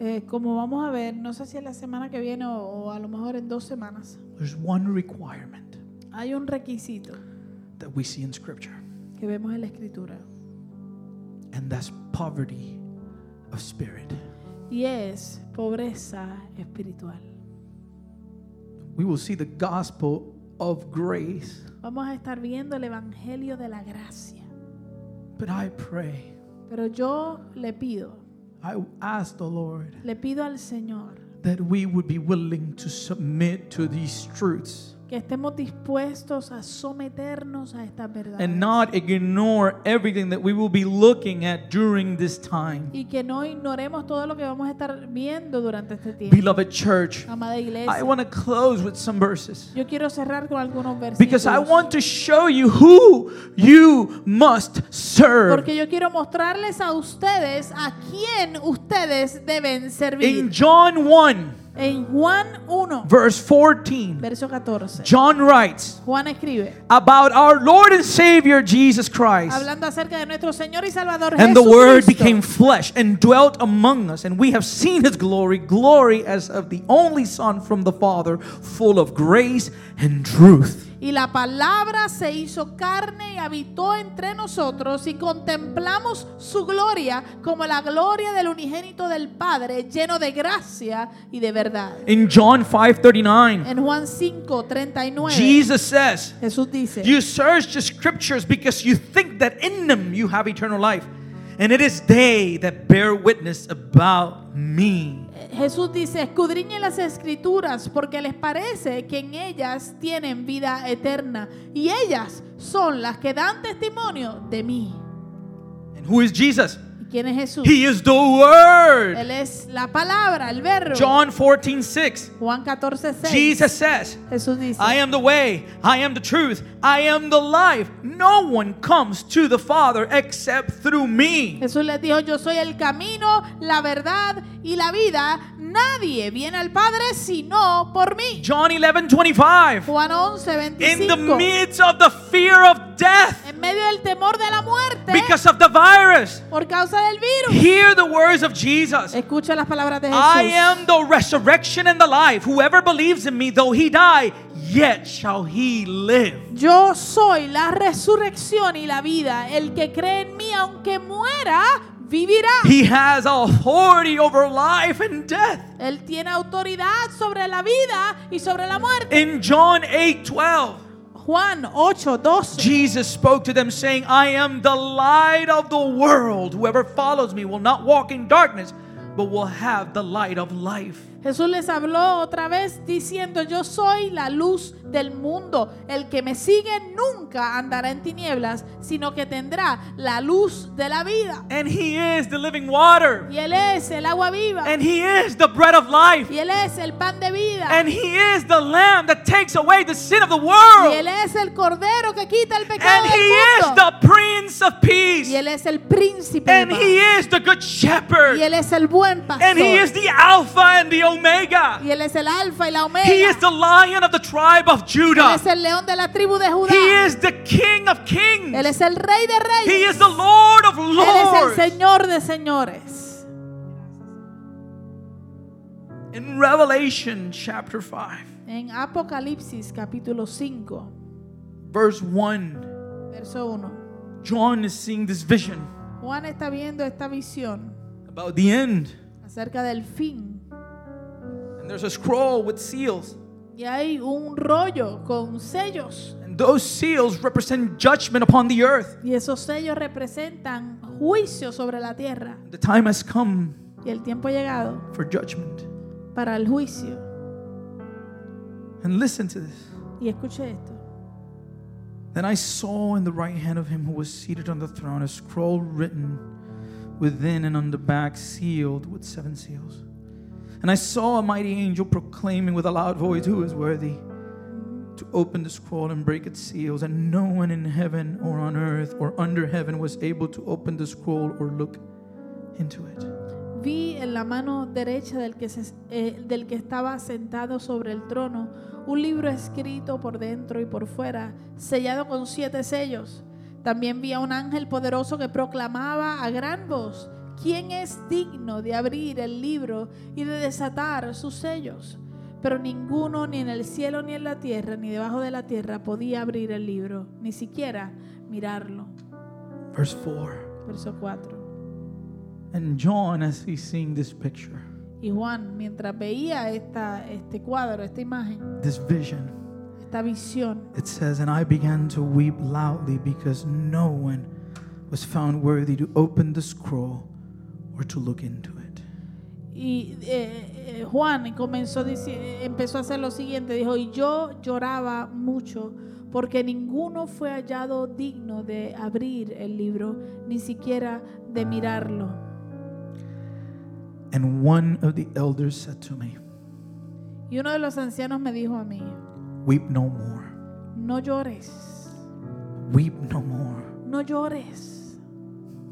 Speaker 1: eh, como vamos a ver, no sé si es la semana que viene o, o a lo mejor en dos semanas,
Speaker 2: There's one requirement
Speaker 1: hay un requisito
Speaker 2: that we see in Scripture,
Speaker 1: que vemos en la escritura
Speaker 2: and that's poverty of spirit.
Speaker 1: y es pobreza espiritual.
Speaker 2: We will see the gospel of grace,
Speaker 1: Vamos a estar viendo el Evangelio de la Gracia,
Speaker 2: but I pray,
Speaker 1: pero yo le pido,
Speaker 2: I ask the Lord
Speaker 1: le pido al Señor
Speaker 2: that we would be willing to submit to these truths
Speaker 1: que estemos dispuestos a someternos a estas verdades.
Speaker 2: and not ignore everything that we will be looking at during this time.
Speaker 1: y que no ignoremos todo lo que vamos a estar viendo durante este tiempo.
Speaker 2: Beloved church,
Speaker 1: Amada
Speaker 2: I
Speaker 1: iglesia,
Speaker 2: want to close with some verses
Speaker 1: yo quiero cerrar con algunos versículos.
Speaker 2: because I want to show you who you must serve.
Speaker 1: porque yo quiero mostrarles a ustedes a quién ustedes deben
Speaker 2: In
Speaker 1: servir.
Speaker 2: John 1,
Speaker 1: En Juan 1,
Speaker 2: verse 14,
Speaker 1: verso 14,
Speaker 2: John writes
Speaker 1: Juan escribe,
Speaker 2: about our Lord and Savior Jesus Christ.
Speaker 1: hablando acerca de nuestro Señor y Salvador
Speaker 2: And the Word
Speaker 1: Jesucristo.
Speaker 2: became flesh and dwelt among us, and we have seen His glory, glory as of the only Son from the Father, full of grace and truth.
Speaker 1: Y la palabra se hizo carne y habitó entre nosotros y contemplamos su gloria como la gloria del unigénito del Padre, lleno de gracia y de verdad.
Speaker 2: In John 5:39,
Speaker 1: En Juan 5, 39,
Speaker 2: Jesus says,
Speaker 1: Jesús dice,
Speaker 2: "You search the scriptures because you think that in them you have eternal life, and it is they that bear witness about me."
Speaker 1: Jesús dice, escudriñen las escrituras porque les parece que en ellas tienen vida eterna y ellas son las que dan testimonio de mí.
Speaker 2: And who is Jesus?
Speaker 1: ¿Y quién es Jesús?
Speaker 2: He is the word.
Speaker 1: Él es la palabra, el verbo.
Speaker 2: John 14:6.
Speaker 1: Juan 14, 6.
Speaker 2: Jesus says,
Speaker 1: Jesús dice,
Speaker 2: I am the way, I am the truth, I am the life. No one comes to the Father except through me.
Speaker 1: Jesús les dijo, yo soy el camino, la verdad y la vida. Nadie viene al Padre sino por mí.
Speaker 2: John 11 25.
Speaker 1: Juan 11,
Speaker 2: In the
Speaker 1: 25.
Speaker 2: midst of the fear of death
Speaker 1: En medio del temor de la muerte
Speaker 2: because of the virus,
Speaker 1: por causa del virus.
Speaker 2: hear the words of Jesus.
Speaker 1: Escucha las palabras de Jesús.
Speaker 2: I am the resurrection and the life. Whoever believes in me, though he die, yet shall he live.
Speaker 1: Yo soy la resurrección y la vida. El que cree en mí, aunque muera, vivirá.
Speaker 2: He has authority over life and death.
Speaker 1: Él tiene autoridad sobre la vida y sobre la muerte.
Speaker 2: In John 8 12,
Speaker 1: Juan 8, 12.
Speaker 2: Jesus spoke to them, saying, I am the light of the world. Whoever follows me will not walk in darkness, but will have the light of life.
Speaker 1: Jesús les habló otra vez diciendo, yo soy la luz del mundo. El que me sigue nunca andará en tinieblas, sino que tendrá la luz de la vida.
Speaker 2: And He is the living water.
Speaker 1: Y Él es el agua viva.
Speaker 2: And He is the bread of life.
Speaker 1: Y Él es el pan de vida.
Speaker 2: And He is the Lamb that takes away the sin of the
Speaker 1: Y Él
Speaker 2: world.
Speaker 1: es el cordero que quita el pecado
Speaker 2: And He
Speaker 1: del
Speaker 2: is
Speaker 1: mundo.
Speaker 2: the Prince of
Speaker 1: Y
Speaker 2: Peace.
Speaker 1: Él es el príncipe. de
Speaker 2: And He
Speaker 1: paz.
Speaker 2: is the
Speaker 1: y
Speaker 2: Good Shepherd.
Speaker 1: Él es el buen pastor.
Speaker 2: And He is the Alpha and the Omega.
Speaker 1: y Él es el alfa y la omega.
Speaker 2: He is the Lion of the tribe of
Speaker 1: él
Speaker 2: Judah.
Speaker 1: es el león de la tribu de Judá.
Speaker 2: He is the King of Kings.
Speaker 1: él es el rey de reyes.
Speaker 2: He is the Lord of
Speaker 1: él es el
Speaker 2: Lords.
Speaker 1: señor de señores.
Speaker 2: In Revelation chapter 5,
Speaker 1: En Apocalipsis capítulo 5,
Speaker 2: verse 1,
Speaker 1: verso 1.
Speaker 2: John is seeing this vision
Speaker 1: Juan está viendo esta visión
Speaker 2: about the end.
Speaker 1: acerca del fin.
Speaker 2: And there's a scroll with seals.
Speaker 1: Y hay un rollo con sellos.
Speaker 2: And those seals represent judgment upon the earth.
Speaker 1: Y esos sellos representan juicio sobre la tierra.
Speaker 2: The time has come
Speaker 1: Y el tiempo ha llegado
Speaker 2: for judgment.
Speaker 1: para el juicio.
Speaker 2: And listen to this.
Speaker 1: Y escuche esto.
Speaker 2: Then I saw in the right hand of him who was seated on the throne a scroll written within and on the back, sealed with seven seals. And I saw a mighty angel proclaiming with a loud voice, Who is worthy to open the scroll and break its seals? And no one in heaven or on earth or under heaven was able to open the scroll or look into it.
Speaker 1: Vi en la mano derecha del que, se- eh, del que estaba sentado sobre el trono un libro escrito por dentro y por fuera, sellado con siete sellos. También vi a un ángel poderoso que proclamaba a gran voz, ¿quién es digno de abrir el libro y de desatar sus sellos? Pero ninguno, ni en el cielo, ni en la tierra, ni debajo de la tierra, podía abrir el libro, ni siquiera mirarlo.
Speaker 2: Verse 4.
Speaker 1: Verso 4.
Speaker 2: And John, as he's seeing this picture,
Speaker 1: Y Juan, mientras veía esta, este cuadro, esta imagen,
Speaker 2: this vision,
Speaker 1: esta visión.
Speaker 2: It says, And I began to weep loudly because no one was found worthy to open the scroll or to look into it.
Speaker 1: Y eh, eh, Juan comenzó dici- eh, empezó a hacer lo siguiente, dijo, y yo lloraba mucho porque ninguno fue hallado digno de abrir el libro, ni siquiera de mirarlo.
Speaker 2: And one of the elders said to me,
Speaker 1: Y uno de los ancianos me dijo a mí,
Speaker 2: Weep no more,
Speaker 1: no llores,
Speaker 2: weep no more,
Speaker 1: no llores,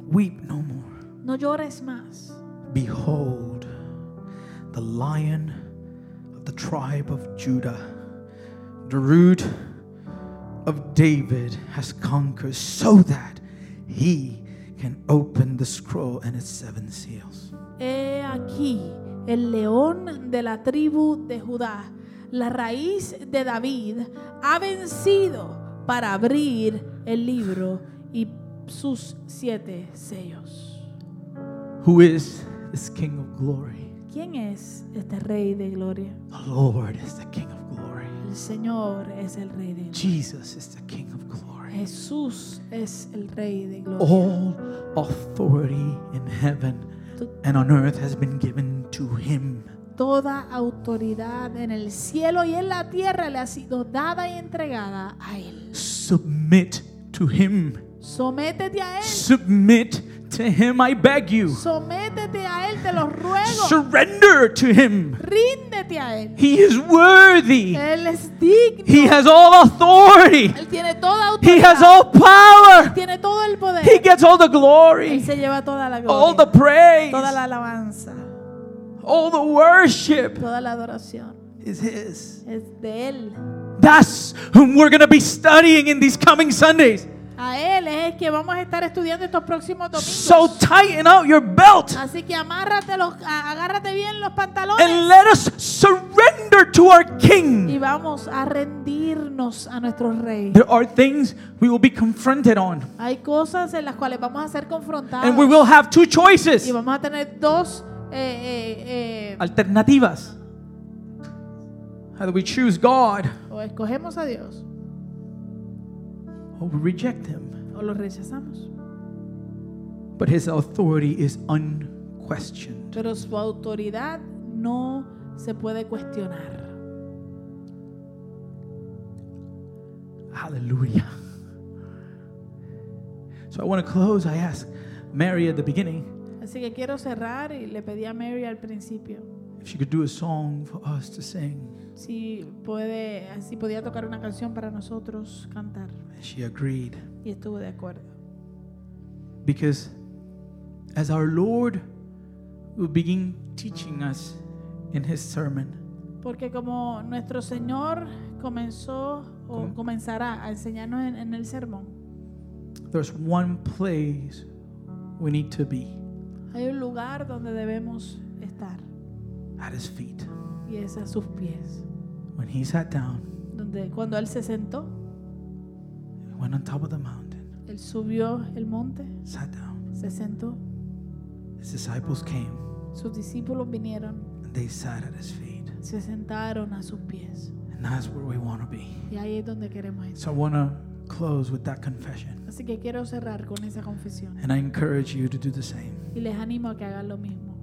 Speaker 2: weep no more.
Speaker 1: no llores más.
Speaker 2: Behold, the lion of the tribe of Judah, the root of David, has conquered so that he can open the scroll and its seven seals.
Speaker 1: He aquí el león de la tribu de Judá, la raíz de David, ha vencido para abrir el libro y sus siete sellos.
Speaker 2: Who is this King of glory?
Speaker 1: ¿Quién es este rey de gloria?
Speaker 2: The Lord is the King of glory.
Speaker 1: El Señor es el rey de gloria.
Speaker 2: Jesus is the King of glory.
Speaker 1: Jesús es el rey de gloria.
Speaker 2: All authority in heaven and on earth has been given to him.
Speaker 1: Toda autoridad en el cielo y en la tierra le ha sido dada y entregada a Él.
Speaker 2: Submit to him.
Speaker 1: Sométete a Él.
Speaker 2: Submit to him, I beg you.
Speaker 1: Sométete a Él, te lo ruego.
Speaker 2: Surrender to him.
Speaker 1: Ríndete a Él.
Speaker 2: He is worthy.
Speaker 1: Él es digno.
Speaker 2: He has all authority.
Speaker 1: Él tiene toda
Speaker 2: He
Speaker 1: autoridad.
Speaker 2: has all power.
Speaker 1: Tiene todo el poder.
Speaker 2: He gets all the
Speaker 1: Él
Speaker 2: glory,
Speaker 1: se lleva toda la
Speaker 2: all
Speaker 1: gloria.
Speaker 2: the praise,
Speaker 1: Toda la alabanza.
Speaker 2: all the worship.
Speaker 1: Toda la adoración.
Speaker 2: is His.
Speaker 1: Es de Él.
Speaker 2: That's whom we're going to be studying in these coming Sundays.
Speaker 1: A Él es el que vamos a estar estudiando estos próximos
Speaker 2: So
Speaker 1: domingos.
Speaker 2: tighten out your belt
Speaker 1: Así que amárrate los, a- agárrate bien los pantalones.
Speaker 2: and let us surrender to our King.
Speaker 1: Y vamos a rendirnos a nuestro Rey.
Speaker 2: There are things we will be confronted on,
Speaker 1: Hay cosas en las cuales vamos a ser confrontados.
Speaker 2: and we will have two
Speaker 1: Y
Speaker 2: choices
Speaker 1: vamos a tener dos eh, eh, eh,
Speaker 2: alternativas. Either we choose God
Speaker 1: O escogemos a Dios
Speaker 2: or we reject Him.
Speaker 1: o lo rechazamos.
Speaker 2: But His authority is unquestioned.
Speaker 1: Pero su autoridad no se puede cuestionar.
Speaker 2: Hallelujah. So I want to close. I asked Mary at the beginning,
Speaker 1: Así que quiero cerrar y le pedí a Mary al principio
Speaker 2: If she could do a song for us to sing.
Speaker 1: si puede, si podía tocar una canción para nosotros cantar
Speaker 2: And she agreed.
Speaker 1: y estuvo de acuerdo.
Speaker 2: Because as our Lord will begin teaching us in his sermon,
Speaker 1: Porque como nuestro Señor comenzó o
Speaker 2: Com-
Speaker 1: comenzará a enseñarnos en, en el sermón,
Speaker 2: there's one place we need to be.
Speaker 1: hay un lugar donde debemos estar.
Speaker 2: at his feet.
Speaker 1: y es a sus pies.
Speaker 2: When he sat down,
Speaker 1: Donde cuando él se sentó,
Speaker 2: he went on top of the mountain,
Speaker 1: él subió el monte,
Speaker 2: sat down.
Speaker 1: se sentó,
Speaker 2: His disciples came
Speaker 1: sus discípulos vinieron,
Speaker 2: and they sat at his feet.
Speaker 1: se sentaron a sus pies.
Speaker 2: And that's where we want to be.
Speaker 1: Y ahí es donde queremos ir.
Speaker 2: So I want to close with that confession.
Speaker 1: Así que quiero cerrar con esa confesión
Speaker 2: And I encourage you to do the same.
Speaker 1: y les animo a que hagan lo mismo.